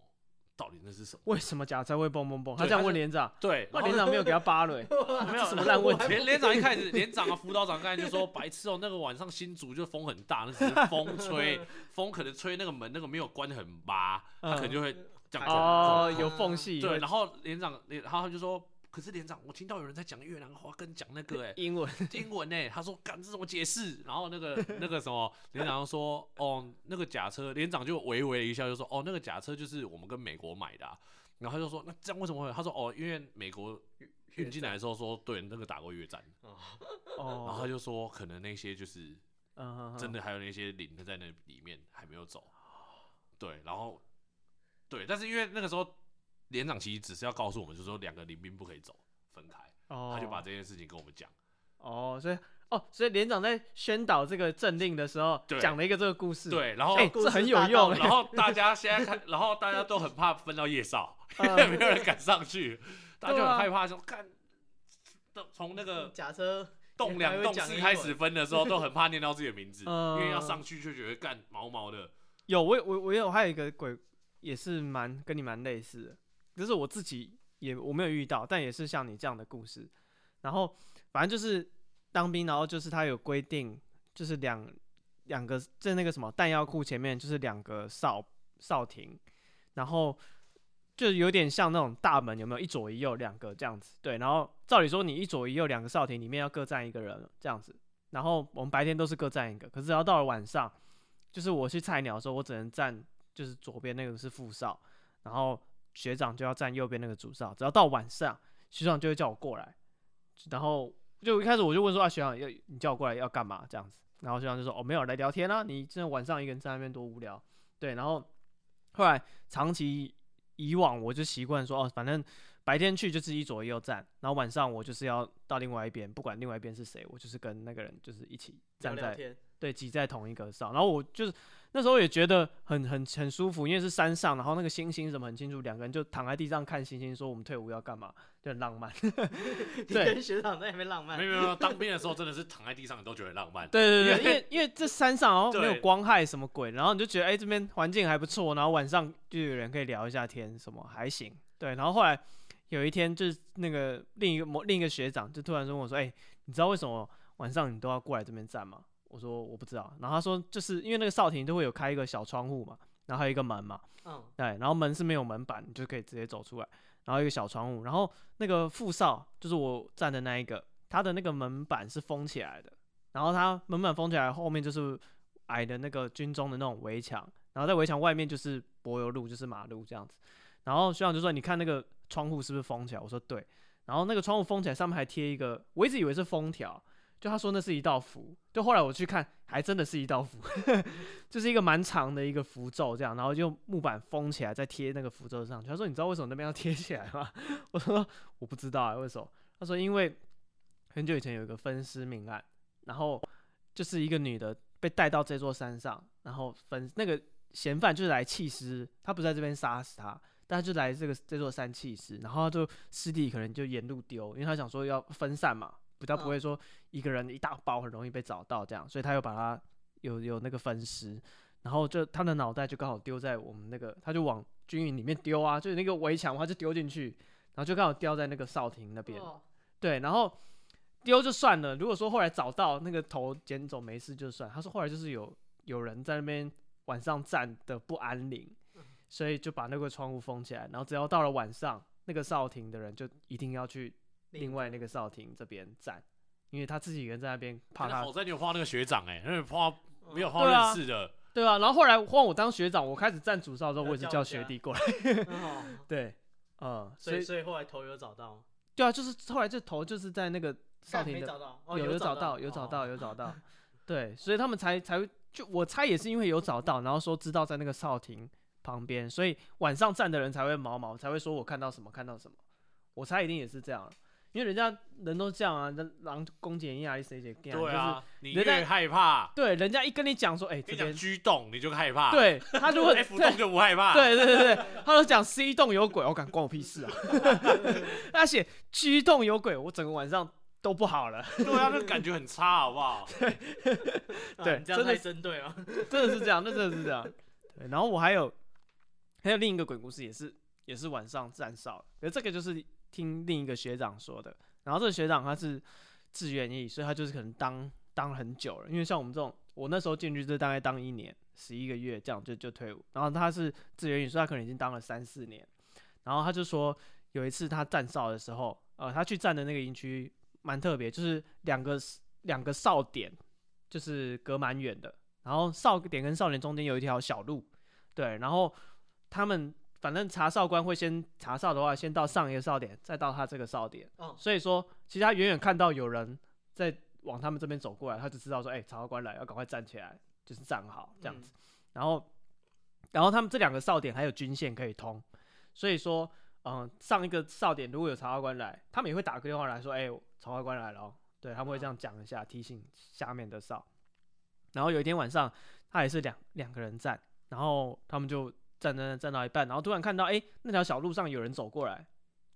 S3: 到底那是什么？
S1: 为什么假车会蹦蹦蹦？他
S3: 对
S1: 这样
S3: 他
S1: 问
S3: 就
S1: 连长，
S3: 对，
S1: 那
S3: 然后
S1: 连长没有给他扒了欸，
S3: 没有
S1: 什么烂问题
S3: 连连长一开始，连长啊，辅导长刚才就说：“白痴哦、那个晚上新竹就风很大，那只是 风吹，风可能吹那个门那个没有关得很拔，他可能就会这样
S2: 嗯
S3: 走。
S1: 哦，
S2: 啊
S1: 有缝隙，
S3: 对，然后连长，连然后他就说：“可是连长，我听到有人在讲越南话跟讲那个哎、
S1: 英文，
S3: 英文呢、他说：“干这怎么解释？”然后那个那个什么连长就说：“哦，那个假车。”连长就微微一笑，就说：“哦，那个假车就是我们跟美国买的、啊。”然后他就说：“那这样为什么会有？”他说：“哦，因为美国运进来的时候说，对，那个打过越战。”然后他
S1: 哦，
S3: 就说，可能那些就是
S1: 嗯，
S3: 真的还有那些灵在那里面还没有走。对，然后对，但是因为那个时候连长其实只是要告诉我们，就是说两个林兵不可以走，分开。
S1: 哦，
S3: 他就把这件事情跟我们讲。
S1: 哦，所以哦，所以连长在宣导这个政令的时候，
S3: 对
S1: 讲了一个这个故事，，
S3: 对，然后、
S1: 哎，
S2: 故
S1: 这
S2: 事
S1: 很有
S2: 大道
S1: 用
S2: 理
S1: 欸，
S3: 然后大家现在看，然后大家都很怕分到夜少，因为
S1: 嗯
S3: 没有人敢上去，大家就
S1: 对啊
S3: 很害怕说看。都 从那个
S1: 嗯
S2: 假车
S3: 栋两栋四开始分的时候，都很怕念到自己的名字，
S1: 嗯
S3: 因为要上去就觉得干毛毛的。
S1: 有我我我有还有一个鬼也是蛮跟你蛮类似的，就是我自己也我没有遇到，但也是像你这样的故事。然后反正就是当兵，然后就是他有规定，就是两两个在那个什么弹药库前面就是两个哨哨亭，然后就有点像那种大门有没有一左一右两个这样子？对，然后照理说你一左一右两个哨亭里面要各站一个人这样子，然后我们白天都是各站一个，可是要到了晚上。就是我去菜鸟的时候，我只能站就是左边那个是副哨，然后学长就要站右边那个主哨。只要到晚上，学长就会叫我过来，然后就一开始我就问说啊，学长要你叫我过来要干嘛这样子？然后学长就说哦没有来聊天啊，你真的晚上一个人在那边多无聊。对，然后后来长期以往我就习惯说哦，反正白天去就是一左一右站，然后晚上我就是要到另外一边，不管另外一边是谁，我就是跟那个人就是一起站
S2: 聊聊
S1: 在
S2: 天，
S1: 对，挤在同一个上。然后我就是那时候也觉得很很很舒服，因为是山上，然后那个星星什么很清楚，两个人就躺在地上看星星，说我们退伍要干嘛，就很浪漫。啊
S2: 你
S1: 对
S2: 跟学长在那边浪
S1: 哎
S2: 漫
S3: 没，有没有没有，当兵的时候真的是躺在地上，你都觉得很浪漫。
S1: 对对对，因
S3: 因为
S1: 为因为这山上然后没有
S3: 对
S1: 光害什么鬼，然后你就觉得哎、这边环境还不错，然后晚上就有人可以聊一下天，什么还行。对，然后后来有一天就是那个另一个某另一个学长就突然问我说，哎、你知道为什么晚上你都要过来这边站吗？我说我不知道。然后他说就是因为那个哨亭都会有开一个小窗户嘛，然后还有一个门嘛，
S2: 嗯，
S1: 对，然后门是没有门板，你就可以直接走出来，然后一个小窗户，然后那个副哨就是我站的那一个，它的那个门板是封起来的，然后它门板封起来后面就是矮的那个军中的那种围墙，然后在围墙外面就是柏油路，就是马路这样子，然后学长就说你看那个窗户是不是封起来？我说对，然后那个窗户封起来上面还贴一个，我一直以为是封条。就他说那是一道符，就后来我去看，还真的是一道符，就是一个蛮长的一个符咒这样，然后就木板封起来，再贴那个符咒上去。他说：“你知道为什么那边要贴起来吗？” 我说：“我不知道啊、为什么？”他说：“因为很久以前有一个分尸命案，然后就是一个女的被带到这座山上，然后分那个嫌犯就是来弃尸，他不是在这边杀死他，但他就来这个这座山弃尸，然后他就尸体可能就沿路丢，因为他想说要分散嘛，比较不会说一个人一大包很容易被找到这样，所以他又把他有有那个分尸，然后就他的脑袋就刚好丢在我们那个，他就往军营里面丢啊，就是那个围墙，他就丢进去，然后就刚好掉在那个哨亭那边，
S2: 哇
S1: 对，然后丢就算了。如果说后来找到那个头捡走没事就算。他说后来就是有有人在那边晚上站的不安宁，所以就把那个窗户封起来。然后只要到了晚上，那个哨亭的人就一定要去另外那个哨亭这边站，因为他自己一个人在那边 怕
S3: 哎那
S1: 他
S3: 好。在你有碰到那个学长哎、那你有碰到
S2: 哦
S3: 没有碰
S1: 对啊
S3: 到认识的，
S1: 对啊，然后后来换我当学长，我开始站主哨之后，
S2: 要
S1: 我也是
S2: 叫
S1: 叫
S2: 人
S1: 学
S2: 家
S1: 弟过来。
S2: 嗯哦
S1: 对，啊、嗯，
S2: 所
S1: 所
S2: 以
S1: 以
S2: 所以后来头有找到吗？
S1: 对啊，就是后来这头就是在那个少
S2: 但
S1: 廷
S2: 没
S1: 的
S2: 找到，哦，
S1: 有
S2: 找
S1: 找到，有找
S2: 哦
S1: 到，有找到。对，所以他们才才会就我猜也是因为有找到，然后说知道在那个少亭旁边，所以晚上站的人才会毛毛，才会说我看到什么看到什么。我猜一定也是这样，因为人家人都这样啊，人狼公检一样，谁谁干，
S3: 对
S1: 就是
S3: 啊，你
S1: 人家
S3: 越害怕，
S1: 对，人家一跟你讲说，哎、
S3: 跟
S1: 这
S3: 你讲
S1: 边
S3: 居动你就害怕，，
S1: 对他如果
S3: ，F 动就不害怕，，
S1: 对对对对，他都讲 C 栋有鬼，我敢关我屁事啊！ 他写 G 栋有鬼，我整个晚上都不好了，
S3: 对啊，那感觉很差，好不好？
S2: 啊
S1: 对
S2: 你这
S1: 真
S2: 样
S1: 的
S2: 太针对了。
S1: 真的是这样，那真的是这样。对，然后我还有还有另一个鬼故事，也是也是晚上站哨的，可是这个就是听另一个学长说的。然后这个学长他是自愿役，所以他就是可能当当很久了，因为像我们这种，我那时候进去就大概当一年十一个月这样就就退伍。然后他是自愿役，所以他可能已经当了三四年。然后他就说有一次他站哨的时候，呃，他去站的那个营区蛮特别，就是两个两个哨点就是隔蛮远的，然后哨点跟哨点中间有一条小路，对，然后他们反正查哨官会先查哨的话，先到上一个哨点，再到他这个哨点，
S2: 哦，
S1: 所以说其实他远远看到有人在往他们这边走过来，他就知道说，哎、查哨官来，要赶快站起来，就是站好这样子。然后，然后他们这两个哨点还有军线可以通，所以说，嗯、上一个哨点如果有查哨官来，他们也会打个电话来说，哎、查哨官来了哦，对，他们会这样讲一下，提醒下面的哨。然后有一天晚上，他也是两两个人站，然后他们就站站站到一半，然后突然看到，哎、那条小路上有人走过来，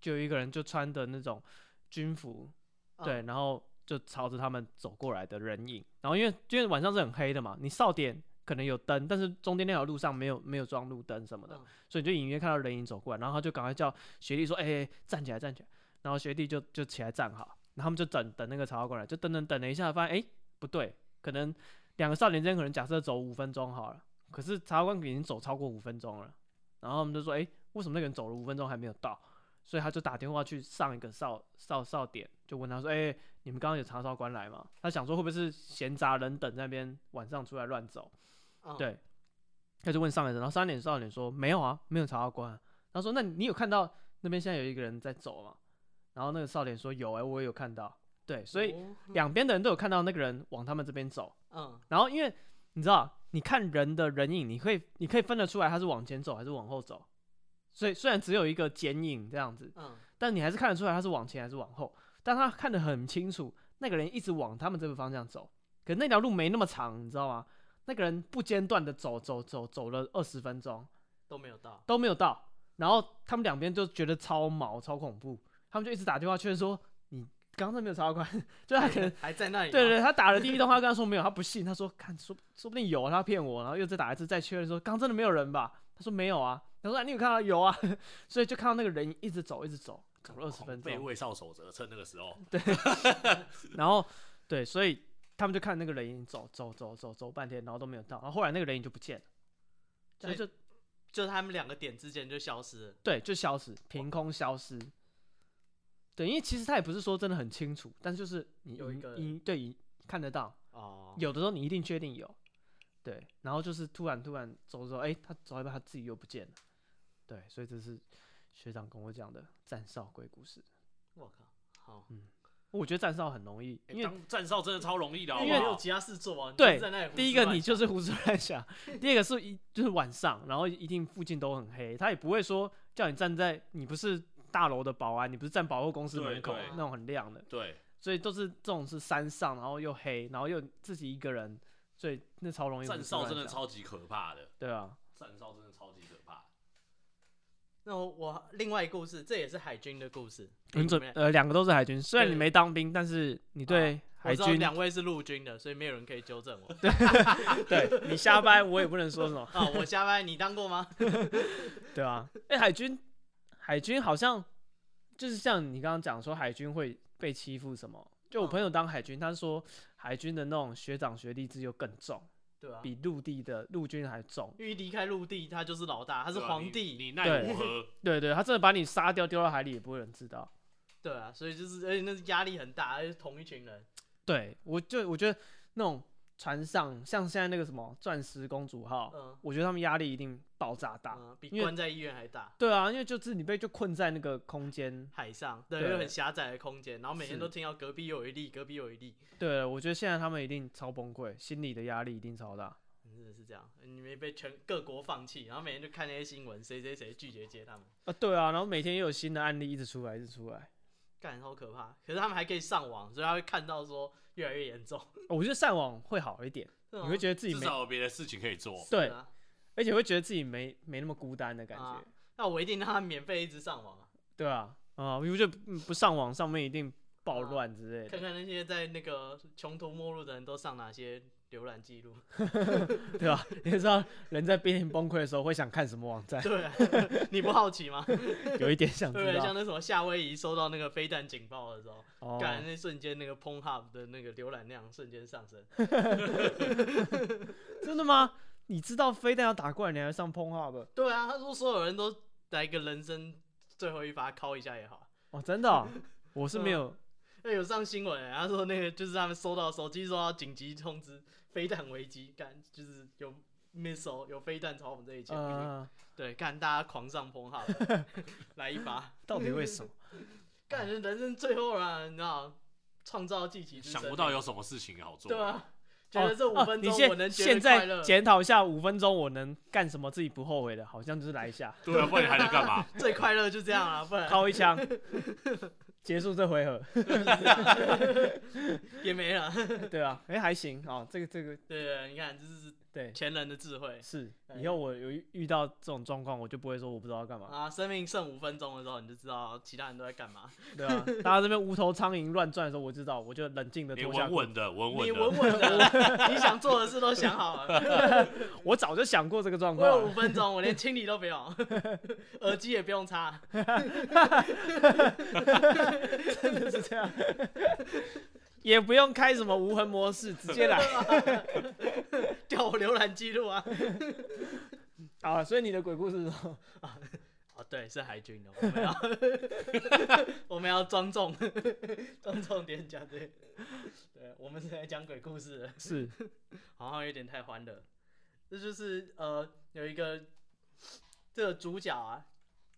S1: 就有一个人就穿的那种军服，
S2: 嗯
S1: 对，，然后就朝着他们走过来的人影。然后因为因为晚上是很黑的嘛，你哨点可能有灯，但是中间那条路上没有没有装路灯什么的，
S2: 嗯
S1: 所以你就隐约看到人影走过来，然后他就赶快叫学弟说：“哎、哎站起来，站起来。”然后学弟就就起来站好，然后他们就等等那个查哨官来，就等等等了一下，发现哎、不对，可能两个少年之间可能假设走五分钟好了，可是查官已经走超过五分钟了，然后他们就说：“哎、为什么那个人走了五分钟还没有到？”所以他就打电话去上一个哨哨哨点，就问他说：“哎、你们刚刚有查哨官来吗？”他想说会不会是闲杂人等在那边晚上出来乱走，
S2: 嗯，
S1: 对他就问上一人，然后三点少年说没有啊，没有查到官啊。他说那你有看到那边现在有一个人在走吗？然后那个少年说有哎、我也有看到。对，所以
S2: 哦
S1: 两边的人都有看到那个人往他们这边走。
S2: 嗯
S1: 然后因为你知道，你看人的人影，你会你可以分得出来他是往前走还是往后走。所以虽然只有一个剪影这样子，
S2: 嗯，
S1: 但你还是看得出来他是往前还是往后。但他看得很清楚，那个人一直往他们这个方向走，可那条路没那么长，你知道吗？那个人不间断的走走走走了二十分钟
S2: 都没有 到，
S1: 都没有到，然后他们两边就觉得超毛超恐怖，他们就一直打电话劝说你刚刚没有查到关， 就他可能
S2: 还在那里吗，
S1: 对对对，他打了第一通，他跟他说没有，他不信，他说看说说不定有啊，他骗我，然后又再打一次再确认说刚真的没有人吧？他说没有啊，他说、啊、你有看到有啊， 所以就看到那个人一直走一直走，走了二十分钟
S3: 被，卫少守则，趁那个时候，
S1: 然后对，所以他们就看那个人影走走走走走半天，然后都没有到，然后后来那个人影就不见了，
S2: 所以
S1: 然后就
S2: 就他们两个点之间就消失了。
S1: 对，就消失，凭空消失。对，因为其实他也不是说真的很清楚，但是就是你
S2: 有一
S1: 隐
S2: 个
S1: 隐对隐看得到，
S2: 哦，
S1: 有的时候你一定确定有，对，然后就是突然突然走着走，哎、他走到一半他自己又不见了，对，所以这是学长跟我讲的站哨鬼故事。
S2: 我靠，好，
S1: 我觉得站哨很容易，
S3: 欸
S1: 因为
S3: 当站哨真的超容易的，好
S2: 因
S3: 不
S2: 哦为没有
S3: 好？
S2: 其他事做啊，你
S1: 对
S2: 就在那里胡
S1: 第一
S2: 思
S1: 个
S2: 乱
S1: 你就
S2: 想
S1: 是胡思乱想， 第二个是一就是晚上，然后一定附近都很黑，他也不会说叫你站在你不是大楼的保安，你不是站百货公司
S3: 对
S1: 门口
S3: 对
S1: 那种很亮的，
S3: 对，
S1: 所以都是这种是山上，然后又黑，然后又自己一个人，所以那超容易
S3: 站
S1: 胡思
S3: 哨
S1: 乱
S3: 真的
S1: 想
S3: 超级可怕的，
S1: 对啊，
S3: 站哨真的超级可怕。
S2: 那我我另外一个故事，这也是海军的故事。
S3: 嗯
S1: 很准
S2: 你们，
S1: 呃，两个都是海军。虽然你
S2: 对
S1: 没当兵，但是你对
S2: 我
S1: 海
S2: 知道
S1: 军，
S2: 两位是陆军的，所以没有人可以纠正我。
S1: 对你瞎掰，我也不能说什么，
S2: 啊，我瞎掰，你当过吗？
S1: 对啊，哎、海军，海军好像就是像你刚刚讲说海军会被欺负什么。就我
S2: 嗯
S1: 朋友当海军，他说海军的那种学长学弟制又更重，
S2: 对啊，
S1: 比陆地的陆军还重。
S2: 因为离开陆地，他就是老大，他
S3: 他
S2: 是皇
S3: 啊你
S2: 帝。
S3: 你奈
S1: 对
S3: 我何？
S1: 对对，他真的把你杀掉丢到海里也不会有人知道。
S2: 对啊，所以就是，而且那是压力很大，而且是同一群人。
S1: 对我就我觉得那种船上，像现在那个什么钻石公主号，
S2: 嗯
S1: 我觉得他们压力一定爆炸哦大。
S2: 嗯，比
S1: 因为
S2: 关在医院还大。
S1: 对啊，因为就是你被就困在那个空间。
S2: 海上，对，
S1: 对
S2: 有很狭窄的空间，然后每天
S1: 是
S2: 都听到隔壁有一例，隔壁有一例，
S1: 对，我觉得现在他们一定超崩溃，心理的压力一定超大。
S2: 真的是这样，你们被全各国放弃，然后每天就看那些新闻，谁谁谁拒绝接他们，
S1: 啊，对啊，然后每天也有新的案例一直出来，一直出来。
S2: 干好可怕。可是他们还可以上网，所以他会看到说越来越严重，
S1: 我觉得上网会好一点，
S2: 你
S1: 你会觉得自己
S3: 至
S1: 没，
S3: 少有别的事情可以做。
S1: 对，
S2: 啊，
S1: 而且会觉得自己没没那么孤单的感
S2: 啊
S1: 觉。
S2: 那我一定让他免费一直上网啊，
S1: 对啊，啊，因为就嗯不上网，上面一定暴
S2: 啊
S1: 乱之类的。
S2: 看看那些在那个穷途末路的人都上哪些浏览记录。
S1: 对吧？你也知道人在濒临崩溃的时候会想看什么网站，
S2: 对啊， 你不好奇吗？
S1: 有一点想
S2: 对不
S1: 知
S2: 对？
S1: 道
S2: 像。那什么夏威夷收到那个飞弹警报的时候，
S1: 哦，
S2: 感那瞬间那个 p o n h u b 的那个浏览量瞬间上升。
S1: 真的吗？你知道飞弹要打过来，你还上 p o n h u b
S2: 对啊，他说所有人都来一个人生最后一发敲一下也好。
S1: 哦，真的哦、我是没
S2: 对啊
S1: 有。
S2: 那有上新闻欸、他说那个就是他们收到手机收到紧急通知，飞弹危机，干就是有 missile 有飞弹朝我们这里前进，
S1: 呃，
S2: 对，干大家狂上 p o n h u b 来一发。
S1: 到底为什么？
S2: 感觉人生最后啊，你知道，创造自己之
S3: 想
S2: 神欸
S3: 不到有什么事情好做。
S2: 对啊， 觉得这五
S1: 哦
S2: 分
S1: 你
S2: 钟我
S1: 现
S2: 能觉
S1: 现
S2: 得快
S1: 在
S2: 乐，
S1: 检讨一下，五分钟我能干什么自己不后悔的，好像就是来一下
S3: 对啊，不然你还能干嘛？
S2: 最快乐就这样 啊，不然
S1: 掏一枪，结束这回 合。
S2: 也没了。
S1: 对啊，哎、还行哦，这个这个
S2: 对 对，你看这是
S1: 对
S2: 前人的智慧
S1: 是，
S2: 对
S1: 以后我有遇遇到这种状况，我就不会说我不知道要干嘛，
S2: 啊！生命剩五分钟的时候，你就知道其他人都在干嘛。
S1: 对啊，大家这边无头苍蝇乱转的时候，我知道，我 就冷静的
S3: 你
S1: 脱下
S3: 稳
S1: 裤
S3: 稳的，稳
S2: 你
S3: 稳
S2: 稳
S3: 的，
S2: 稳 的，你想做的事都想好 了。
S1: 我早就想过这个状
S2: 我有
S1: 况
S2: 五
S1: 了，
S2: 分钟，我连清理都不用， 耳机也不用插。
S1: 真的 是这样，也不用开什么无痕模式，直接 来
S2: 调我浏览记录啊！
S1: 啊！所以你的鬼故事是什么
S2: 哦，对，是海军的，我 们要我们要庄重 庄重点讲这个。对，我们是来讲鬼故事的，
S1: 是
S2: 好像有点太欢乐。这就是呃，有一个这个主角啊，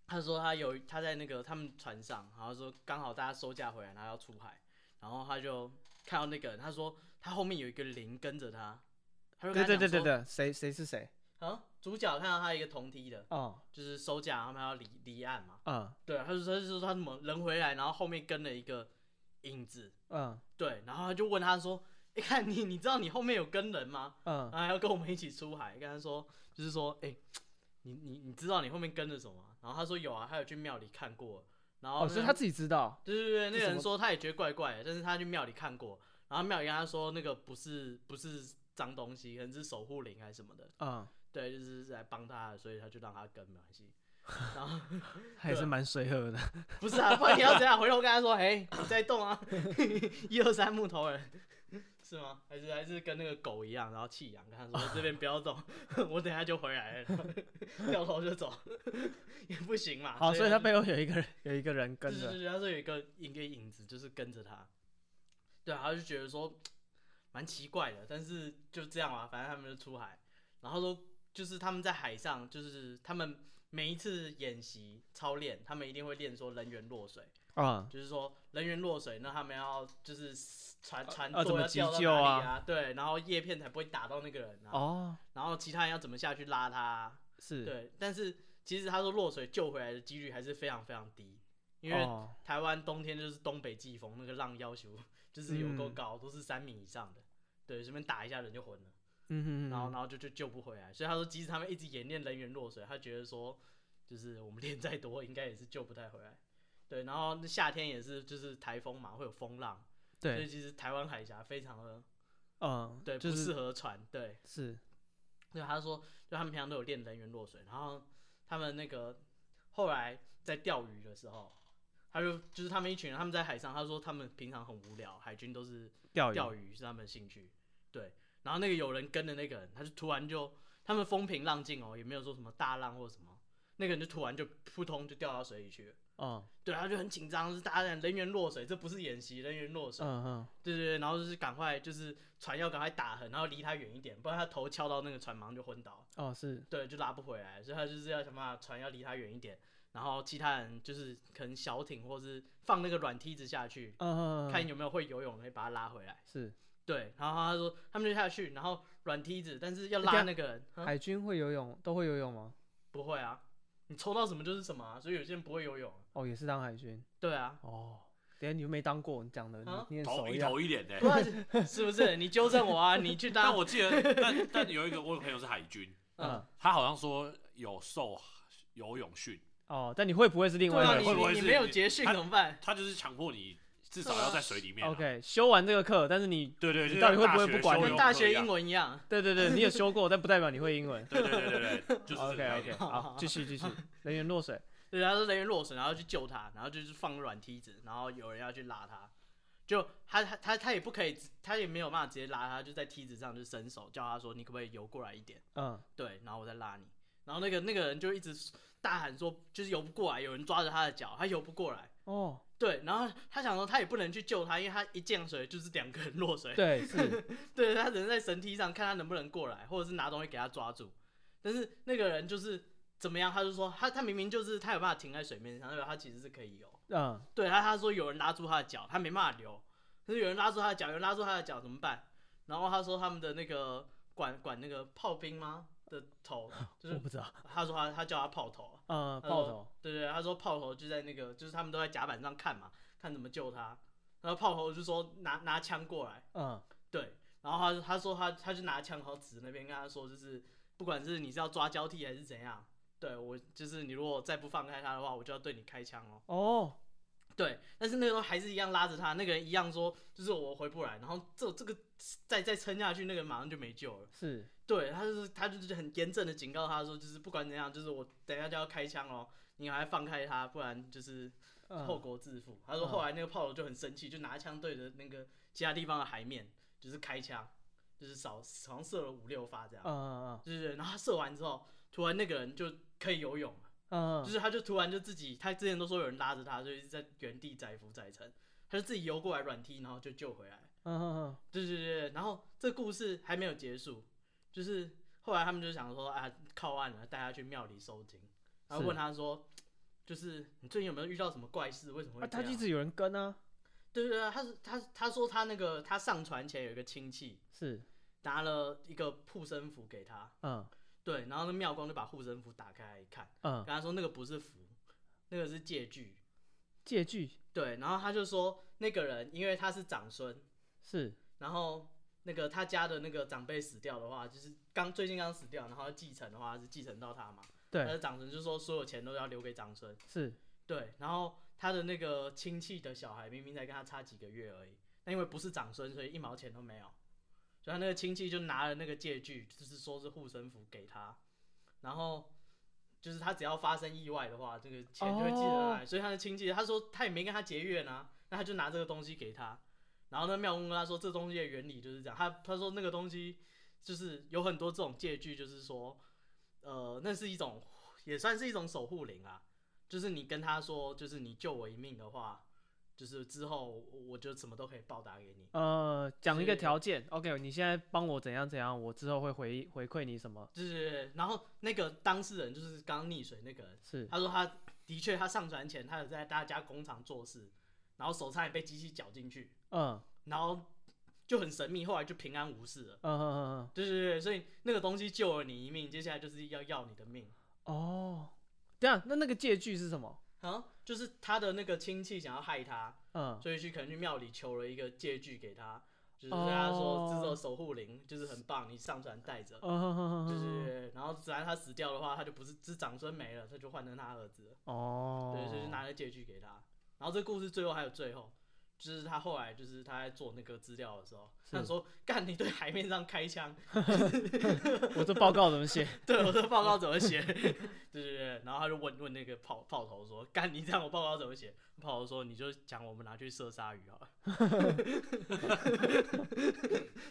S2: 他说他有他在那个他们船上，然后说刚好大家收假回来，他要出海，然后他就看到那个人，他说他后面有一个灵跟着他，他就
S1: 对
S2: 跟
S1: 对
S2: 他讲
S1: 对对
S2: 说
S1: 对，谁谁是谁？
S2: 啊，主角看到他一个同梯的，
S1: 哦，
S2: 就是收假，他们要离离岸嘛。
S1: 嗯
S2: 对，他就说他就说他怎么人回来，然后后面跟了一个影子，
S1: 嗯
S2: 对，然后他就问他说：“哎、看你，你知道你后面有跟人吗？
S1: 嗯，
S2: 啊，要跟我们一起出海。”跟他说，就是说，哎、你你你知道你后面跟着什么吗？然后他说有啊，他有去庙里看过。然后、
S1: 哦，所以他自己知道，
S2: 对对对，那
S1: 这
S2: 个
S1: 什
S2: 人
S1: 么
S2: 说他也觉得怪怪的，但是他去庙里看过，然后庙里跟他说那个不是不是脏东西，可能是守护灵还是什么的，
S1: 嗯，
S2: 对，就是来帮他的，所以他就让他跟没关系。然后
S1: 还是蛮随和的，
S2: 不是啊，不然你要怎样？回头跟他说， 哎、你在动啊， 一二三木头人， 是吗？还是还是跟那个狗一样，然后弃养，跟他说这边不要动， 我等下就回来了， 然后掉头就走， 也不行嘛。
S1: 好，所以他
S2: 他
S1: 背后有一个人有一个人跟
S2: 就是
S1: 着，
S2: 就是他说有一个一个影子，就是跟着他，对啊，他就觉得说蛮奇怪的，但是就这样嘛，啊反正他们就出海，然后说就是他们在海上，就是他们每一次演习操练，他们一定会练说人员落水。
S1: 嗯
S2: 就是说人员落水，那他们要就是船船
S1: 呃要怎
S2: 舵
S1: 么
S2: 要掉到
S1: 急救啊
S2: 哪里啊？对，然后叶片才不会打到那个人啊。
S1: 哦，
S2: 然后其他人要怎么下去拉他啊、
S1: 是，
S2: 对，但是其实他说落水救回来的几率还是非常非常低，因为
S1: 哦，
S2: 台湾冬天就是东北季风，那个浪要求 就是有够
S1: 嗯
S2: 高，都是三米以上的。对，随便打一下人就昏了，
S1: 嗯
S2: 然后
S1: 哼
S2: 然
S1: 哼，
S2: 后就就救不回来。所以他说，即使他们一直演练人员落水，他觉得说，就是我们练再多，应该也是救不太回来。对，然后那夏天也是就是台风嘛，会有风浪，所以
S1: 对，
S2: 其实台湾海峡非常的
S1: 嗯，
S2: 对、
S1: 就
S2: 不适
S1: 是
S2: 合船。对，
S1: 是，
S2: 对，他说，就他们平常都有练人员落水，然后他们那个后来在钓鱼的时候，他就就是他们一群人他们在海上，他说他们平常很无聊，海军都是
S1: 钓鱼，
S2: 钓鱼是他们的兴趣。对，然后那个有人跟的那个人，他就突然就他们风平浪静哦，也没有说什么大浪或什么，那个人就突然就扑通就掉到水里去了，
S1: 嗯
S2: 对，他就很紧张，就是大家人员落水，这不是演习，人员落水，
S1: 嗯嗯，
S2: 对对对，然后就是赶快就是船要赶快打横，然后离他远一点，不然他头敲到那个船，马上就昏倒了，
S1: 哦是，
S2: 对，就拉不回来，所以他就是要想办法船要离他远一点，然后其他人就是可能小艇或是放那个软梯子下去，
S1: 嗯嗯嗯
S2: 看有没有会游泳的可以把他拉回来，
S1: 是
S2: 对，然后他说他们就下去，然后软梯子，但是要
S1: 等
S2: 拉
S1: 下
S2: 那个人，嗯
S1: 海军会游泳，都会游泳吗？
S2: 不会啊，你抽到什么就是什么、啊，所以有些人不会游泳啊，
S1: 哦，也是当海军
S2: 对啊，
S1: 哦。等一下你又没当过，你讲的
S2: 啊
S1: 你你很
S3: 头
S1: 熟
S3: 一
S1: 样。
S3: 头一脸的、
S1: 啊
S2: 不然啊是不是？你纠正我啊！你去
S3: 但
S2: 当
S3: 我记得，但 但有一个我有朋友是海军，
S1: 嗯
S2: 嗯，
S3: 他好像说有受游泳训，
S1: 哦，但你会不会是另外
S2: 对
S1: 一
S2: 啊，你
S1: 回
S3: 会不
S1: 事
S3: 会
S2: 你
S3: 是
S2: 没有结训
S3: 他
S2: 怎么办？
S3: 他就是强迫你至少要在水里面、啊。
S1: ？OK，修完这个课，但是你
S3: 对对，
S1: 你
S3: 就
S1: 到底会
S3: 像
S1: 不会
S3: 大学
S1: 不管
S3: 修
S1: 你
S2: 跟
S3: 游
S2: 大
S3: 课
S2: 学
S3: 一样
S2: 英文一样。
S1: 对对对，你有修过，但不代表你会英文。
S3: 对对对对 对， 就是这个
S1: OK
S3: 概
S1: OK，
S3: 念
S1: 好，继续继 续，人员落水。
S2: 对，他说人员落水，然后去救他，然后就是放软梯子，然后有人要去拉他，就他他他他也不可以，他也没有办法直接拉他，就在梯子上就伸手叫他说你可不可以游过来一点？
S1: 嗯，
S2: 对，然后我再拉你。然后那个那个人就一直大喊说就是游不过来，有人抓着他的脚，他游不过来。
S1: 哦，
S2: 对，然后他想说他也不能去救他，因为他一降水就是两个人落水。
S1: 对，是，
S2: 对他只能在绳梯上看他能不能过来，或者是拿东西给他抓住。但是那个人就是怎么样，他就说他他明明就是他有办法停在水面上，代表他其实是可以游。
S1: 嗯，
S2: 对他他说有人拉住他的脚，他没办法游。可是有人拉住他的脚，有人拉住他的脚怎么办？然后他说他们的那个管管那个炮兵吗的头， 就
S1: 我
S2: 是
S1: 不知道，
S2: 他说他他叫他炮头，
S1: 嗯，爆头，
S2: 对对，他说炮头就在那个，就是他们都在甲板上看嘛，看怎么救他。然后炮头就说拿拿枪过来。
S1: 嗯，
S2: 对，然后他就他说他他就拿枪然后指那边跟他说，就是不管是你是要抓交替还是怎样，对我就是你如果再不放开他的话，我就要对你开枪哦。
S1: 哦，
S2: 对，但是那个时候还是一样拉着他，那个人一样说就是我回不来，然后这这个再再撑下去，那个人马上就没救了。
S1: 是，
S2: 对，他就是他就是很严正的警告他说，就是不管怎样，就是我等一下就要开枪哦，你还放开他，不然就是后
S1: 嗯，
S2: 果自负。他说后来那个炮楼就很生气，就拿枪对着那个其他地方的海面，就是开枪，就是少好像射了五六发这样。
S1: 嗯
S2: 就是然后他射完之后，突然那个人就可以游泳了，
S1: 嗯，
S2: 就是他就突然就自己，他之前都说有人拉着他，就一直在原地载浮载沉，他就自己游过来软踢，然后就救回来。
S1: 嗯嗯
S2: 对对对，对然后这故事还没有结束，就是后来他们就想说啊，靠岸了，带他去庙里收金，然后
S1: 是
S2: 问他说，就是你最近有没有遇到什么怪事？为什么
S1: 嗯，啊，
S2: 会
S1: 他
S2: 这
S1: 一
S2: 样？
S1: 直有人跟啊，
S2: 对对对，他是他他说他那个他上船前有一个亲戚
S1: 是，
S2: 拿了一个护身符给他，
S1: 嗯
S2: 对，然后那妙光就把护身符打开来一看，
S1: 嗯
S2: 跟，他说那个不是符，那个是借据，
S1: 借据
S2: 对，然后他就说那个人因为他是长孙，
S1: 是，
S2: 然后那个他家的那个长辈死掉的话，就是刚最近刚死掉，然后继承的话是继承到他嘛，他
S1: 对，
S2: 的长孙就说所有钱都要留给长孙，
S1: 是，
S2: 对，然后他的那个亲戚的小孩明明才跟他差几个月而已，那因为不是长孙，所以一毛钱都没有，所以他那个亲戚就拿了那个借据，就是说是护身符给他，然后。就是他只要发生意外的话，这个钱就会寄得来所以他的亲戚他说他也没跟他结怨啊，那他就拿这个东西给他，然后呢，妙公跟他说这东西的原理就是这样，他他说那个东西就是有很多这种借据，就是说，呃，那是一种也算是一种守护灵啊，就是你跟他说，就是你救我一命的话，就是之后我就什么都可以报答给你，
S1: 呃，讲一个
S2: 是
S1: 条件，OK，你现在帮我怎样怎样，我之后会回回馈你什么？
S2: 就是然后那个当事人就是刚溺水那个人，
S1: 是，
S2: 他说他的确他上船前他有在大家工厂做事，然后手差点被机器绞进去，
S1: 嗯
S2: 然后就很神秘，后来就平安无事了。
S1: 嗯嗯嗯，
S2: 对对对，所以那个东西救了你一命，接下来就是要要你的命
S1: 哦，等下，那那个借据是什么？
S2: 啊！就是他的那个亲戚想要害他，
S1: 嗯，
S2: 所以去可能去庙里求了一个借据给他，就是
S1: 哦
S2: 跟他说这种守护灵就是很棒，你上船带着。
S1: 哦，
S2: 对对对，然后只要他死掉的话，他就不是是长孙没了，他就换成他儿子了。
S1: 哦，
S2: 对，所以就拿了借据给他。然后这故事最后还有最后，就是他后来就是他在做那个资料的时候，
S1: 是
S2: 他说：“干，你对海面上开枪。
S1: 我这报告怎么 写？”
S2: 对，我说报
S1: 嗯
S2: 告怎么写？ 对对对，然后他就问问那个炮炮头说：“干，你这样我报告怎么写？”炮头说：“你就讲我们拿去射鲨鱼好了。”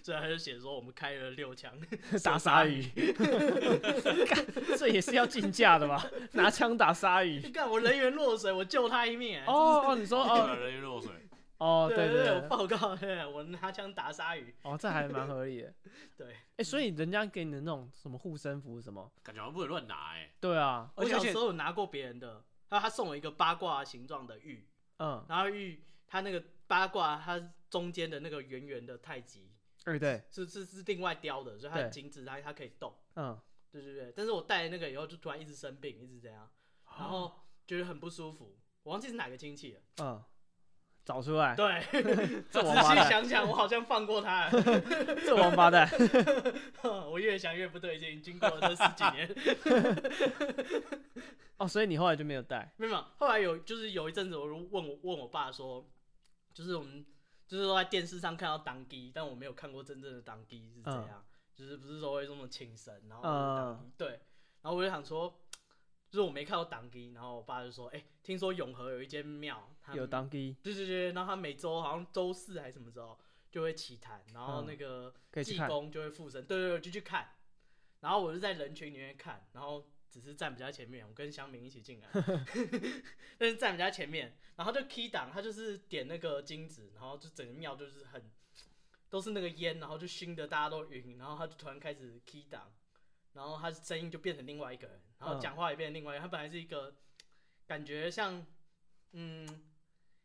S2: 所以他就写说我们开了六枪，
S1: 打鲨鱼， 干这也是要竞价的吧？ 拿枪打鲨鱼。
S2: 干我人员落水，我救他一命、欸。
S1: 哦哦，你说
S3: 对
S1: 哦
S3: 啊，人鱼落水，
S1: 哦，
S2: 对
S1: 对
S2: 对，我
S1: 对，
S2: 报告，对我拿枪打鲨鱼，
S1: 哦，这还蛮合理的。
S2: 对，
S1: 哎，所以人家给你的那种什么护身符什么，
S3: 感觉好像不能乱拿哎、
S1: 对啊，
S2: 我
S3: 而且
S2: 小
S3: 而且
S2: 时候有拿过别人的，然后他送我一个八卦形状的玉，
S1: 嗯，
S2: 然后玉它那个八卦它中间的那个圆圆的太极
S1: 哎对，
S2: 是是是另外雕的，所以它
S1: 对
S2: 很精致，它它可以动，
S1: 嗯，
S2: 对对对。但是我戴了那个以后就突然一直生病，一直这样，然后觉得很不舒服。我忘记是哪个亲戚了，
S1: 嗯，找出来，
S2: 对，
S1: 这王
S2: 仔
S1: 八
S2: 细
S1: 蛋，
S2: 想想，我好像放过他了。
S1: 这王八蛋，
S2: 我越想越不对劲，经过了这十几年，
S1: 哦，所以你后来就没有带，
S2: 没有没有，后来有就是有一阵子，我就问我问我爸说，就是我们就是说在电视上看到当机，但我没有看过真正的当机是怎样，
S1: 嗯
S2: 就是不是说会这么请神，然后当机、对，然后我就想说，就是我没看到当机，然后我爸就说，哎、听说永和有一间庙，他们
S1: 有当机
S2: 对对对，然后他每周好像周四还是什么时候就会起坛，然后
S1: 嗯
S2: 那个。
S1: 可以去
S2: 济
S1: 看，
S2: 公就会附身，对对对，就去看。然后我就在人群里面看，然后只是站比较前面，我跟乡民一起进来， 但是站比较前面，然后就 key 档，他就是点那个金子，然后就整个庙就是很都是那个烟，然后就熏得大家都晕，然后他就突然开始 key 档，然后他声音就变成另外一个人，然后
S1: 嗯
S2: 讲话也变成另外一个人，他本来是一个感觉像嗯。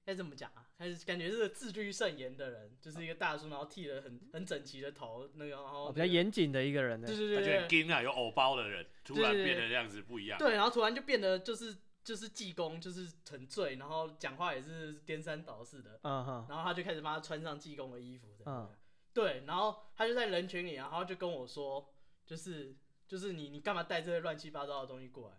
S2: 该怎么讲啊？还是感觉是个自律慎言的人，就是一个大叔，然后剃了很很整齐的头，那个然后、
S1: 哦比较严谨的一个人呢
S2: 对，对对
S3: 感觉
S2: 对
S3: 很啊惊啊，有偶包的人突然
S2: 对对对
S3: 变得这样子不一样。
S2: 对，然后突然就变得就是就是济公，就是很醉，然后讲话也是颠三倒四的，
S1: 嗯哼，
S2: 然后他就开始帮他穿上济公的衣服，这样
S1: 嗯
S2: 子对，然后他就在人群里，然后就跟我说，就是就是你你干嘛带这些乱七八糟的东西过来？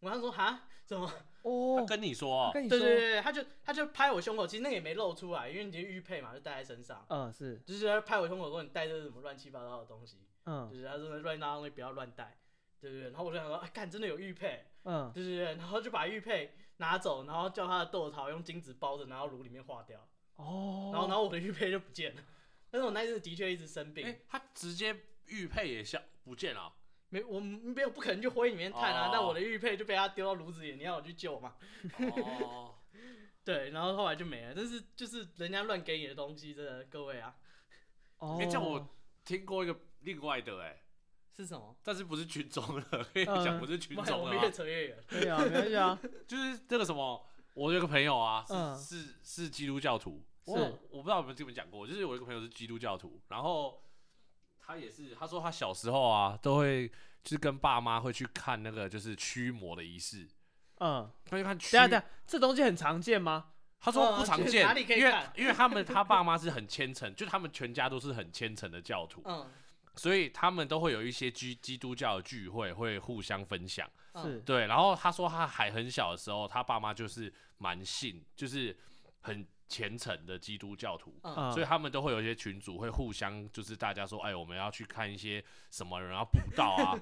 S2: 我跟他说哈，怎么？
S3: 他
S1: 哦，
S3: 跟你说、
S1: 他
S3: 哦，
S1: 跟你
S2: 对
S1: 说，
S2: 对对，他就他就拍我胸口，其实那个也没露出来，因为你就玉佩嘛，就戴在身上。
S1: 嗯是，
S2: 就是他拍我胸口说你带这是什么乱七八糟的东西，
S1: 嗯
S2: 就是他说乱七八糟的东西不要乱带，对不对？然后我就想说，啊，干真的有玉佩，
S1: 嗯，
S2: 对对对，然后就把玉佩拿走，然后叫他的豆桃用金纸包着，然后炉里面化掉，
S1: 哦，
S2: 然后然后我的玉佩就不见了。但是我那一阵子的确一直生病，
S3: 哎、他直接玉佩也消不 见了，
S2: 没我没有不可能去火里面探啊
S3: 哦，
S2: 但我的玉佩就被他丢到炉子里，你要我去救嘛？
S3: 哦，
S2: 对，然后后来就没了。但是就是人家乱给你的东西，真的各位啊，
S1: 哦，
S3: 哎这样我听过一个另外的哎、
S2: 是什么？
S3: 但是不是群众了，可以
S1: 嗯
S3: 讲不是群
S2: 妈呀
S3: 众
S2: 我
S3: 了
S2: 们
S3: 吗
S2: 越，扯越远。
S1: 可以啊，没关系 啊，
S3: 就是这个什么，我有一个朋友啊，是、
S1: 嗯
S3: 是是基督教徒，我
S1: 是
S3: 我不知道有没有这么讲过，就是有一个朋友是基督教徒，然后他也是，他说他小时候啊，都会就是跟爸妈会去看那个就是驱魔的仪式，
S1: 嗯，
S3: 他去看驱
S1: 等一下等一下，这东西很常见吗？
S3: 他说不常见，
S2: 嗯哪里可以
S3: 因为
S2: 看
S3: 因为他们他爸妈是很虔诚，就他们全家都是很虔诚的教徒，
S2: 嗯，
S3: 所以他们都会有一些基基督教的聚会，会互相分享。
S2: 嗯
S1: 是，
S3: 对，然后他说他还很小的时候，他爸妈就是蛮信，就是很虔诚的基督教徒。
S2: 嗯
S1: 嗯，
S3: 所以他们都会有一些群组，会互相就是大家说，哎，我们要去看一些什么人，然后布道啊，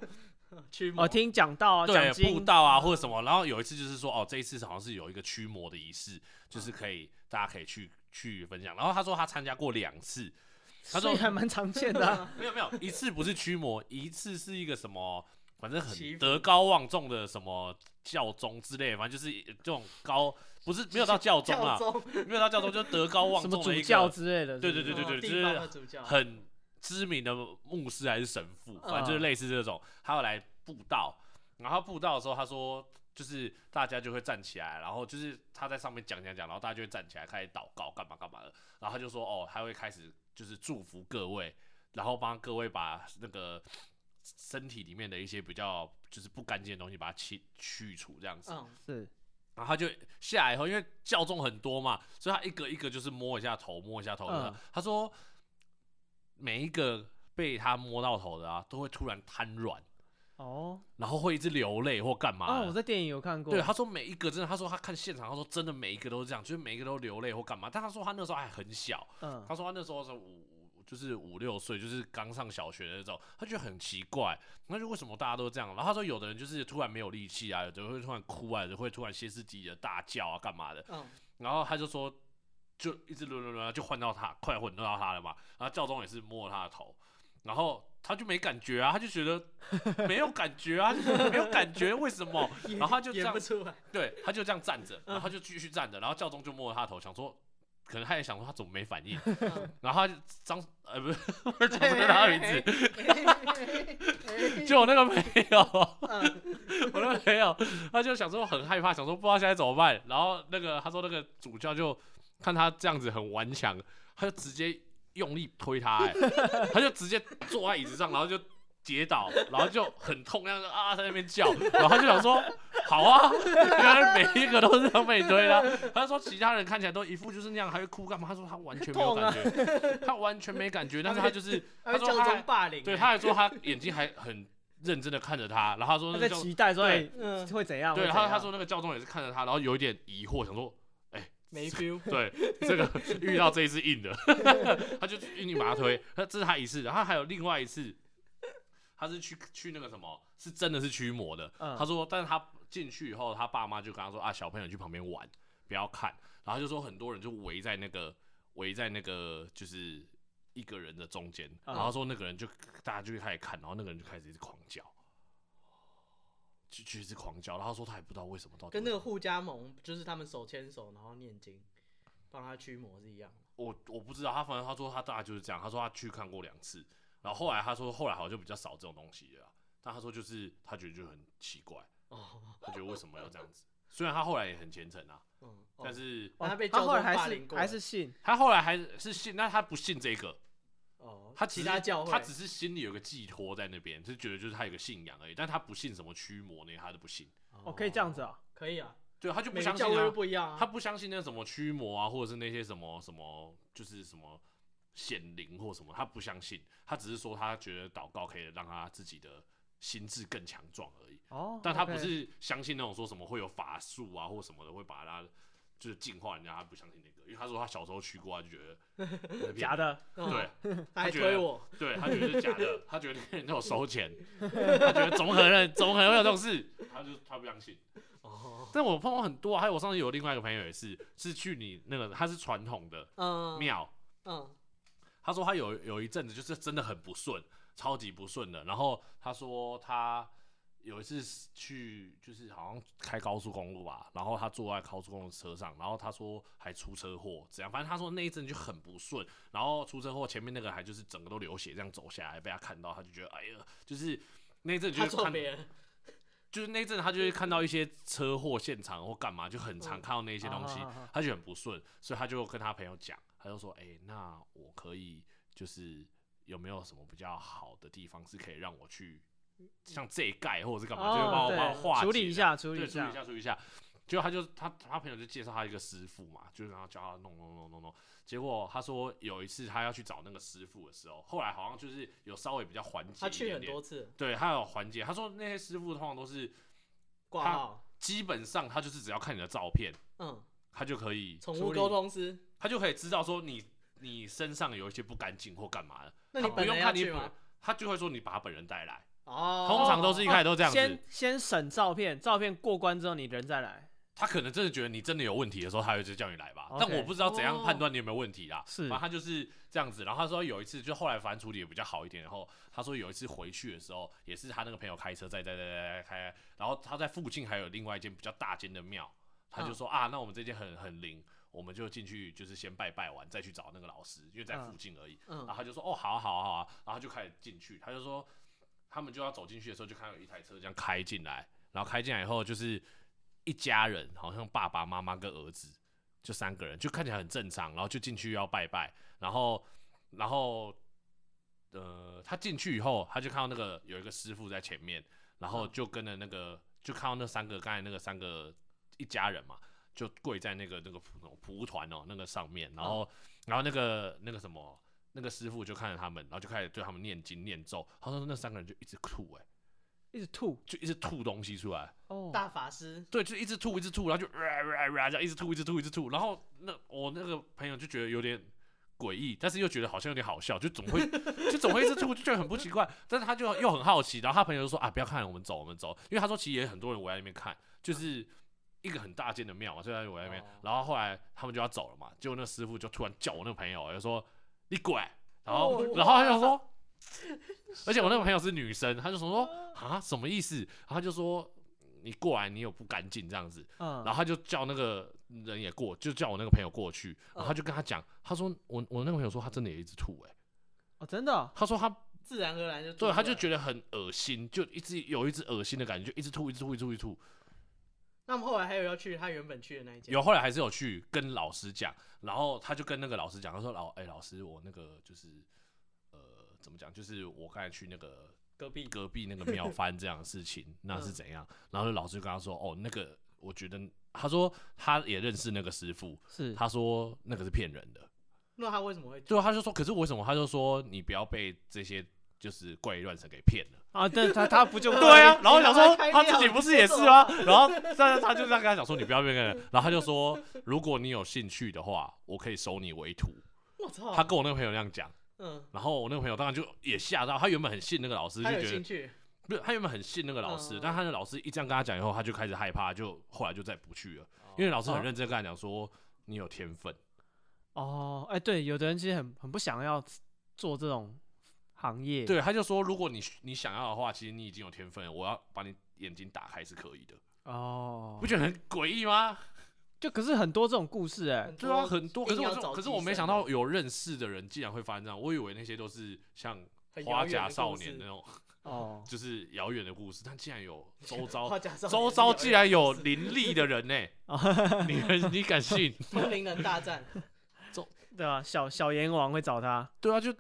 S2: 驱 魔
S1: 哦，听讲道啊，
S3: 对
S1: 讲，
S3: 布
S1: 经，
S3: 道啊或者什么。然后有一次就是说，哦，这一次好像是有一个驱魔的仪式，就是
S1: 嗯
S3: 可以大家可以去去分享。然后他说他参加过两次，他
S1: 所以
S3: 说
S1: 还蛮常见 的啊，
S3: 没有没有，一次不是驱魔，一次是一个什么，反正
S2: 祈
S3: 很
S2: 福
S3: 德高望重的什么教宗之类，反正就是这种高，不是没有到教宗
S2: 教
S3: 啊，
S2: 宗，
S3: 没有到教宗，就德高望
S1: 什么
S3: 重
S1: 主
S3: 的一
S1: 教
S3: 个
S1: 之类的，
S3: 对
S1: 是不
S3: 对
S1: 是
S2: 哦
S3: 对对就
S2: 地方
S3: 是
S2: 的主教，
S3: 很知名的牧师还是神父，反正就是类似这种，他要来布道，然后布道的时候他说。就是大家就会站起来，然后就是他在上面讲讲讲，然后大家就会站起来开始祷告，干嘛干嘛的。然后他就说，哦，他会开始就是祝福各位，然后帮各位把那个身体里面的一些比较就是不干净的东西把它去去除这样子。
S2: 嗯，
S1: 哦是，
S3: 然后他就下来以后，因为教众很多嘛，所以他一个一个就是摸一下头，摸一下头的。
S1: 嗯
S3: 他说，每一个被他摸到头的啊，都会突然瘫软，
S1: 哦
S3: 然后会一直流泪或干嘛
S1: 哦，
S3: 的
S1: 我在电影有看过。
S3: 啊对，他说每一个真的，他说他看现场，他说真的每一个都是这样，就是每一个都流泪或干嘛。但他说他那时候还哎很小，
S1: 嗯
S3: 他说他那时候是五五就是五六岁，就是刚上小学的那种，他觉得很奇怪，那就为什么大家都这样？然后他说有的人就是突然没有力气啊，有的人会突然哭啊，有的人会突然歇斯底里的大叫啊，干嘛的？
S2: 嗯，
S3: 然后他就说，就一直轮轮轮，就换到他，快换到他了嘛。然后教宗也是摸他的头，然后他就没感觉啊，他就觉得没有感觉啊，他就觉得没有感觉，为什么？ 然后他就这
S2: 演
S3: 样
S2: 不，出 来，
S3: 对，他就这样站着，然后他就继续站着，然后教宗就摸了他的头，想说。可能他也想说他怎么没反应，
S2: 嗯
S3: 然后他就张呃不是， 我讲不出他的名字， 就我那个朋友，我
S2: 嗯
S3: 那个朋友，他就想说很害怕，想说不知道现在怎么办。然后那个他说那个主教就看他这样子很顽强，他就直接用力推他、哎，他就直接坐在椅子上，然后就跌倒，然后就很痛，那样啊在那边叫，然后他就想说。好啊，原来每一个都是这样被推的啊。他说其他人看起来都一副就是那样，还会哭干嘛？他说他完全没有感觉，他完全没感 觉，但是他就是
S2: 他被
S3: 说
S2: 教
S3: 他
S2: 宗霸凌，啊
S3: 对，他还说他眼睛还很认真的看着他，然后他说
S1: 他
S3: 那
S1: 在
S3: 个教
S1: 期待说哎
S3: 对
S2: 嗯，
S1: 会怎样？
S3: 对，
S1: 会
S3: 然
S1: 怎
S3: 后
S1: 样
S3: 他说那个教宗也是看着他，然后有一点疑惑，想说
S2: 没 feel，
S3: 对这个遇到这一次硬的，他就硬硬把他推，那这是他一次，然后还有另外一次，他是去去那个什么，是真的是驱魔的，
S1: 嗯
S3: 他说，但是他进去以后，他爸妈就跟他说啊，小朋友去旁边玩，不要看，然后他就说很多人就围在那个围在那个就是一个人的中间，
S1: 嗯
S3: 然后说那个人就大家就开始看，然后那个人就开始一直狂叫。就就一直狂叫，然后他说他也不知道为什么到底
S2: 跟
S3: 为
S2: 那
S3: 什
S2: 个
S3: 么
S2: 互加盟，就是他们手牵手然后念经，帮他驱魔是一样的。
S3: 我我不知道，他反正他说他大概就是这样，他说他去看过两次，然后后来他说后来好像就比较少这种东西了啊，但他说就是他觉得就很奇怪，
S2: 哦，
S3: 他觉得为什么要这样子？虽然他后来也很虔诚啊，
S2: 嗯，
S3: 但是
S1: 哦
S2: 他被
S1: 他
S2: 教
S1: 后来
S2: 宗霸
S1: 还
S2: 凌
S1: 是
S2: 过
S1: 还
S2: 了
S1: 是信
S3: 他后来还是信，但他不信这个，
S2: 哦，
S3: 他只
S2: 其
S3: 是
S2: 他教会，
S3: 他只是心里有个寄托在那边，就觉得就是他有个信仰而已，但他不信什么驱魔那些，他都不信，
S1: 哦，可以这样子，啊。
S2: 可以啊，
S3: 对，他就不
S2: 每个
S3: 相信
S2: 教会
S3: 啊
S2: 都，不一样啊，
S3: 他不相信那什么驱魔啊，或者是那些什么什么，就是什么显灵或什么，他不相信，他只是说他觉得祷告可以让他自己的心智更强壮而已，
S1: 哦，
S3: 但他
S1: OK
S3: 不是相信那种说什么会有法术啊或什么的会把他就是净化人家，他不相信那个，因为他说他小时候去过，他就觉 得
S1: 假，的，
S2: 嗯
S3: 对，
S2: 他还
S3: 觉得
S2: 推我，
S3: 对他觉得是假 的，他觉得那人都有收钱，他觉得怎么可能，怎么可能会有这种事？他就他不相信。
S2: 哦，
S3: 但我碰过很多、啊，还有我上次有另外一个朋友也是，是去你那个他是传统的
S2: 嗯，
S3: 庙，
S2: 嗯，
S3: 他说他有有一阵子就是真的很不顺，超级不顺的。然后他说他有一次去就是好像开高速公路吧，然后他坐在高速公路车上，然后他说还出车祸，怎样？反正他说那一阵就很不顺，然后出车祸前面那个还就是整个都流血这样走下来，被他看到他就觉得哎呀，就是那一阵就
S2: 他
S3: 是
S2: 撞
S3: 看
S2: 别人，
S3: 就是那一阵，他就会看到一些车祸现场或干嘛，就很常
S2: 嗯
S3: 看到那些东西
S1: 啊啊啊啊，
S3: 他就很不顺，所以他就跟他朋友讲，他就说：“哎、那我可以就是有没有什么比较好的地方是可以让我去，像这一盖或者是干嘛，
S1: 嗯哦
S3: 就是帮我
S1: 对
S3: 帮我化解
S1: 处理一下处理
S3: 对
S1: 一下
S3: 处理一下，处理一下。”结果他就他他朋友就介绍他一个师傅嘛，就让他教他弄弄弄弄弄。结果他说有一次他要去找那个师傅的时候，后来好像就是有稍微比较缓解
S2: 他
S3: 一
S2: 去
S3: 点
S2: 很
S3: 点
S2: 多。次，
S3: 对，他有缓解。他说那些师傅通常都是
S2: 挂
S3: 他
S2: 号，
S3: 基本上他就是只要看你的照片，
S2: 嗯，
S3: 他就可以，
S2: 宠
S1: 处
S2: 物
S1: 理
S2: 沟通师，
S3: 他就可以知道说你你身上有一些不干净或干嘛的，
S2: 那
S3: 他
S2: 你
S3: 不
S2: 本
S3: 用
S2: 人要
S3: 看你
S2: 去
S3: 本人
S2: 吗？，
S3: 他就会说你把他本人带来，
S2: 哦，
S3: 通常都是一开始都这样
S1: 哦先
S3: 子，
S1: 先审照片，照片过关之后你人再来。
S3: 他可能真的觉得你真的有问题的时候，他会就叫你来吧，
S1: OK
S3: 但我不知道怎样判断你有没有问题
S2: 哦
S3: 啦，
S1: 是
S3: 反正他就是这样子，然后他说有一次就后来反正处理也比较好一点，然后他说有一次回去的时候，也是他那个朋友开车在在在在开，然后他在附近还有另外一间比较大间的庙，他
S2: 嗯
S3: 就说、啊，那我们这间很很灵，我们就进去就是先拜拜完再去找那个老师，因为在附近而已。然后
S2: 嗯，
S3: 他就说哦，好啊好啊好啊，然后就开始进去，他就说他们就要走进去的时候，就看到有一台车这样开进来，然后开进来以后就是一家人，好像爸爸妈妈跟儿子，就三个人，就看起来很正常，然后就进去要拜拜，然后然后呃，他进去以后，他就看到那个有一个师傅在前面，然后就跟着那个就看到那三个刚才那个三个一家人嘛，就跪在那个那个蒲蒲团哦那个上面，然后、然后那个那个什么。那个师傅就看着他们，然后就开始对他们念经念咒。他说那三个人就一直吐、欸，
S1: 一直吐
S3: 就一直吐东西出来，
S1: 哦，
S2: 大法师
S3: 对，就一直吐，一直吐，然后就呃呃呃这样一直吐，一直吐，一直吐，然后那我那个朋友就觉得有点诡异，但是又觉得好像有点好笑，就总会 就总会一直吐，就觉得很不奇怪，但是他就又很好奇，然后他朋友就说啊，不要看了，我们走，我们走，因为他说其实也很多人围在那边看，就是。一个很大间的庙嘛，就在我那边
S2: 哦。
S3: 然后后来他们就要走了嘛，结果那个师傅就突然叫我那个朋友，就说：“你滚！”然后，
S1: 哦
S3: 然后他就说， 而且我那个朋友是女生，她就想说啊什么意思？然后他就说你过来，你有不干净这样子，
S1: 嗯，
S3: 然后他就叫那个人也过，就叫我那个朋友过去，然后他就跟他讲，他说我我那个朋友说他真的也一直吐、欸，
S1: 哦，真的哦，
S3: 他说他
S2: 自然而然就
S3: 对，他就
S2: 得。
S3: 觉得很恶心，就一直有一只恶心的感觉，就一直吐，一直吐，一直吐，一直吐。
S2: 那我们后来还有要去他原本去的那一间，
S3: 有后来还是有去跟老师讲，然后他就跟那个老师讲，他说老哎、老师，我那个就是呃怎么讲，就是我刚才去那个
S2: 隔壁嗯
S3: 隔壁那个 庙翻这样的事情，那是怎样？然后老师就跟他说，哦，那个我觉得，他说他也认识那个师傅，
S1: 是
S3: 他说那个是骗人的。
S2: 那他为什么会
S3: 对，啊他就说，可是为什么？他就说你不要被这些就是怪力乱神给骗了。
S1: 啊，对他他不 就
S3: 对啊，然后我想说
S2: 你把他开
S3: 他
S2: 掉
S3: 自己不是也是吗？然后但是他就这样跟他讲说，你不要被骗了。然后他就说，如果你有兴趣的话，我可以收你为徒。
S2: 我操，
S3: 他跟我那个朋友那样讲，
S2: 嗯，
S3: 然后我那个朋友当然就也吓到，他原本很信那个老师，就
S2: 他有
S3: 觉得
S2: 兴趣，
S3: 不是，他原本很信那个老师，
S2: 嗯
S3: 但他的老师一这样跟他讲以后，他就开始害怕，就后来就再不去了，
S2: 哦
S3: 因为老师很认真跟他讲说。你有天分，
S1: 哦，哎，对，有的人其实很很不想要做这种行业，，
S3: 对，他就说，如果你你想要的话，其实你已经有天分了，我要把你眼睛打开是可以的，
S1: 哦
S3: 不，觉得很诡异吗？
S1: 就可是很多这种故事，哎
S2: 很，
S3: 对啊，
S2: 多
S3: 很多，可是
S2: 硬
S3: 我
S2: 要
S3: 就
S2: 找啊
S3: 可是
S2: 替
S3: 我没
S2: 身
S3: 想
S2: 的
S3: 到有认识的人竟然会发生这样，我以为那些都是像
S2: 很遥
S3: 花
S2: 远
S3: 甲
S2: 的
S3: 少
S2: 故
S3: 年
S2: 事
S3: 那种，
S1: 哦，
S3: 就是遥远的故事，但竟然有周遭
S2: 花甲少
S3: 周
S2: 年
S3: 遭
S2: 是
S3: 竟
S2: 有
S3: 然
S2: 一个
S3: 有
S2: 故事哦
S3: 伶俐的人呢、 你你敢信？
S2: 通灵人大 战，
S1: 对啊，小小阎王会找他，
S3: 对啊，就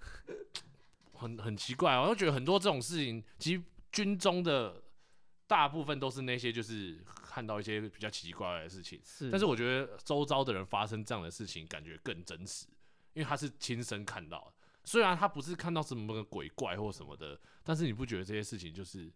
S3: 很很奇怪、哦，我就觉得很多这种事情，其实军中的大部分都是那些就是看到一些比较奇怪的事情，
S1: 是，
S3: 但是我觉得周遭的人发生这样的事情，感觉更真实，因为他是亲身看到的。虽然他不是看到什么鬼怪或什么的，但是你不觉得这些事情就是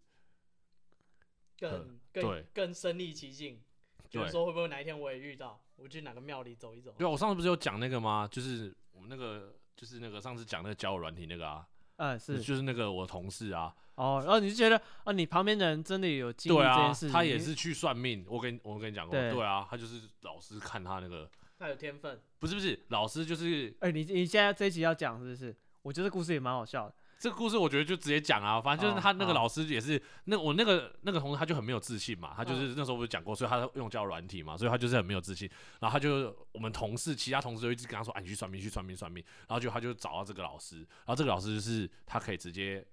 S2: 更
S3: 嗯对
S2: 更 更身临其境，觉得
S3: 对
S2: 说会不会哪一天我也遇到，我去哪个庙里走一走，
S3: 对啊，我上次不是有讲那个吗？就是我们那个，就是那个上次讲那个交友软体那个啊，
S1: 嗯是，
S3: 就是那个我同事啊，
S1: 哦，然后你就觉得啊，你旁边的人真的有经历
S3: 对
S1: 这件
S3: 啊
S1: 事情，，
S3: 他也
S1: 你
S3: 是去算命。我跟我跟你讲过，
S1: 对
S3: 对啊，他就是老师看他那个，
S2: 他有天分，
S3: 不是不是，老师就是
S1: 哎、你你现在这一集要讲是不是？我觉得这故事也蛮好 笑的。
S3: 这个故事我觉得就直接讲啊，反正就是
S1: 哦
S3: 他那个
S1: 好
S3: 老师也是，那我那个那个同事他就很没有自信嘛，他
S2: 嗯
S3: 就是那时候不是讲过，所以他用教软体嘛，所以他就是很没有自信。然后他就我们同事其他同事就一直跟他说，啊，你去算命，去算命，算命。然后就他就找到这个老师，然后这个老师就是他可以直接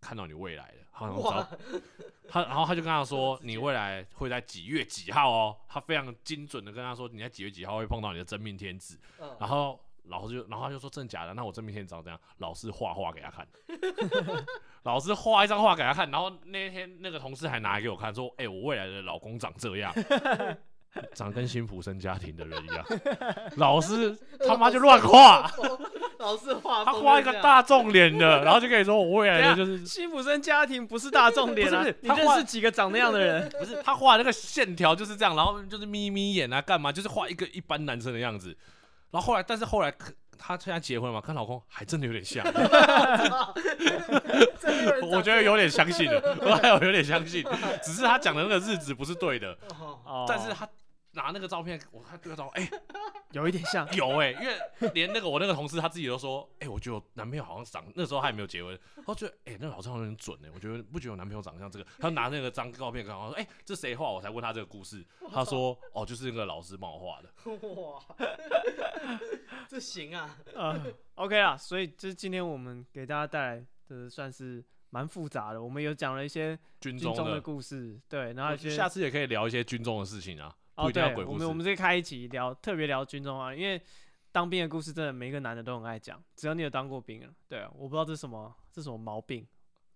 S3: 看到你未来的，好像知道
S2: 哇，
S3: 他，然后他就跟他说
S2: 直，接
S3: 你未来会在几月几号哦，他非常精准的跟他说，你在几月几号会碰到你的真命天子。
S2: 嗯，
S3: 然后老师就，然后他就说真的假的？那我真明天长怎样？老师画画给他看， 老师画一张画给他看，然后那天那个同事还拿给我看，说：“哎、我未来的老公长 这样，长得跟辛普森家庭的人一样。”老师他妈就乱画，
S2: 老师画
S3: 他
S2: 风
S3: 画
S2: 就
S3: 一个
S2: 这样，啊
S3: 大众 脸的，然后就跟你说我未来的就是。
S1: 辛普森家庭 不是大重点啊，
S3: 不是不是
S1: 你
S3: 他
S1: 认
S3: 换
S1: 识几个长那样的人？
S3: 不是他画那个线条就是这样，然后就是眯眯眼啊，干嘛？就是画一个一般男生的样子。然后后来，但是后来他现在结婚了嘛，跟老公还真的有点像。
S2: 真的有人长这样，
S3: 我觉得有点相信了， 我还有有点相信，只是他讲的那个日子不是对的，
S2: 哦，
S1: 哦，
S3: 但是他拿那个照片，我看对照，哎、
S1: 有一点像，
S3: 有哎、因为连那个我那个同事他自己都说，哎、我觉得我男朋友好像长，那时候还没有结婚，我觉得哎、那个老师好像有点准哎、我觉得不觉得我男朋友长得像这个？他拿那个张照片跟我说，哎、这谁画？我才问他这个故事，他说哦，就是那个老师帮我画的。
S2: 哇， 这行啊，
S1: 呃，OK 啦，所以就是今天我们给大家带来的算是蛮复杂的，我们有讲了一些
S3: 军
S1: 军
S3: 中
S1: 中的
S3: 的，
S1: 故事，对，然后
S3: 我
S1: 一些
S3: 下次也可以聊一些军中的事情啊，不
S1: 哦，
S3: 一定要
S1: 对，
S3: 鬼
S1: 我
S3: 故
S1: 们我们
S3: 事。
S1: 这开一集聊，特别聊军中啊，因为当兵的故事真的每一个男的都很爱讲，只要你有当过兵啊，对啊，我不知道这是什么，这是什么毛病？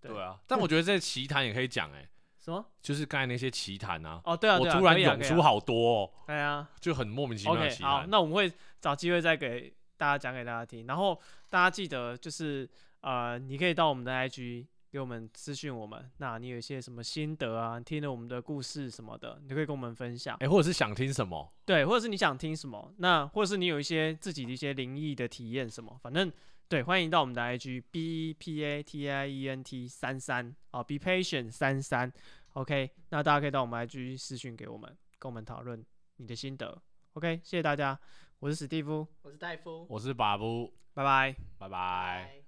S1: 对
S3: 对啊，但我觉得这奇谈也可以讲哎、
S1: 什么？
S3: 就是刚才那些奇谈啊，
S1: 哦，对啊，
S3: 我
S1: 对啊，
S3: 突然
S1: 可以啊
S3: 涌出，好多、哦，
S1: 对啊。
S3: 就很莫名其妙的
S1: OK，
S3: 奇
S1: 好，
S3: 谈。
S1: 那我们会找机会再给大家讲给大家听。然后大家记得就是呃，你可以到我们的 IG 给我们私讯我们。那你有一些什么心得啊？你听了我们的故事什么的，你可以跟我们分享。
S3: 哎、或者是想听什么？
S1: 对，或者是你想听什么，那或者是你有一些自己的一些灵异的体验什么，反正对，欢迎到我们的 IG B E P A T I E N T 三三哦，Be patient 三三，OK，那大家可以到我们 IG 私讯给我们，跟我们讨论你的心得，OK，谢谢大家，我是史蒂夫，
S2: 我是戴夫，
S3: 我是巴布，
S1: 拜拜。
S3: 拜拜。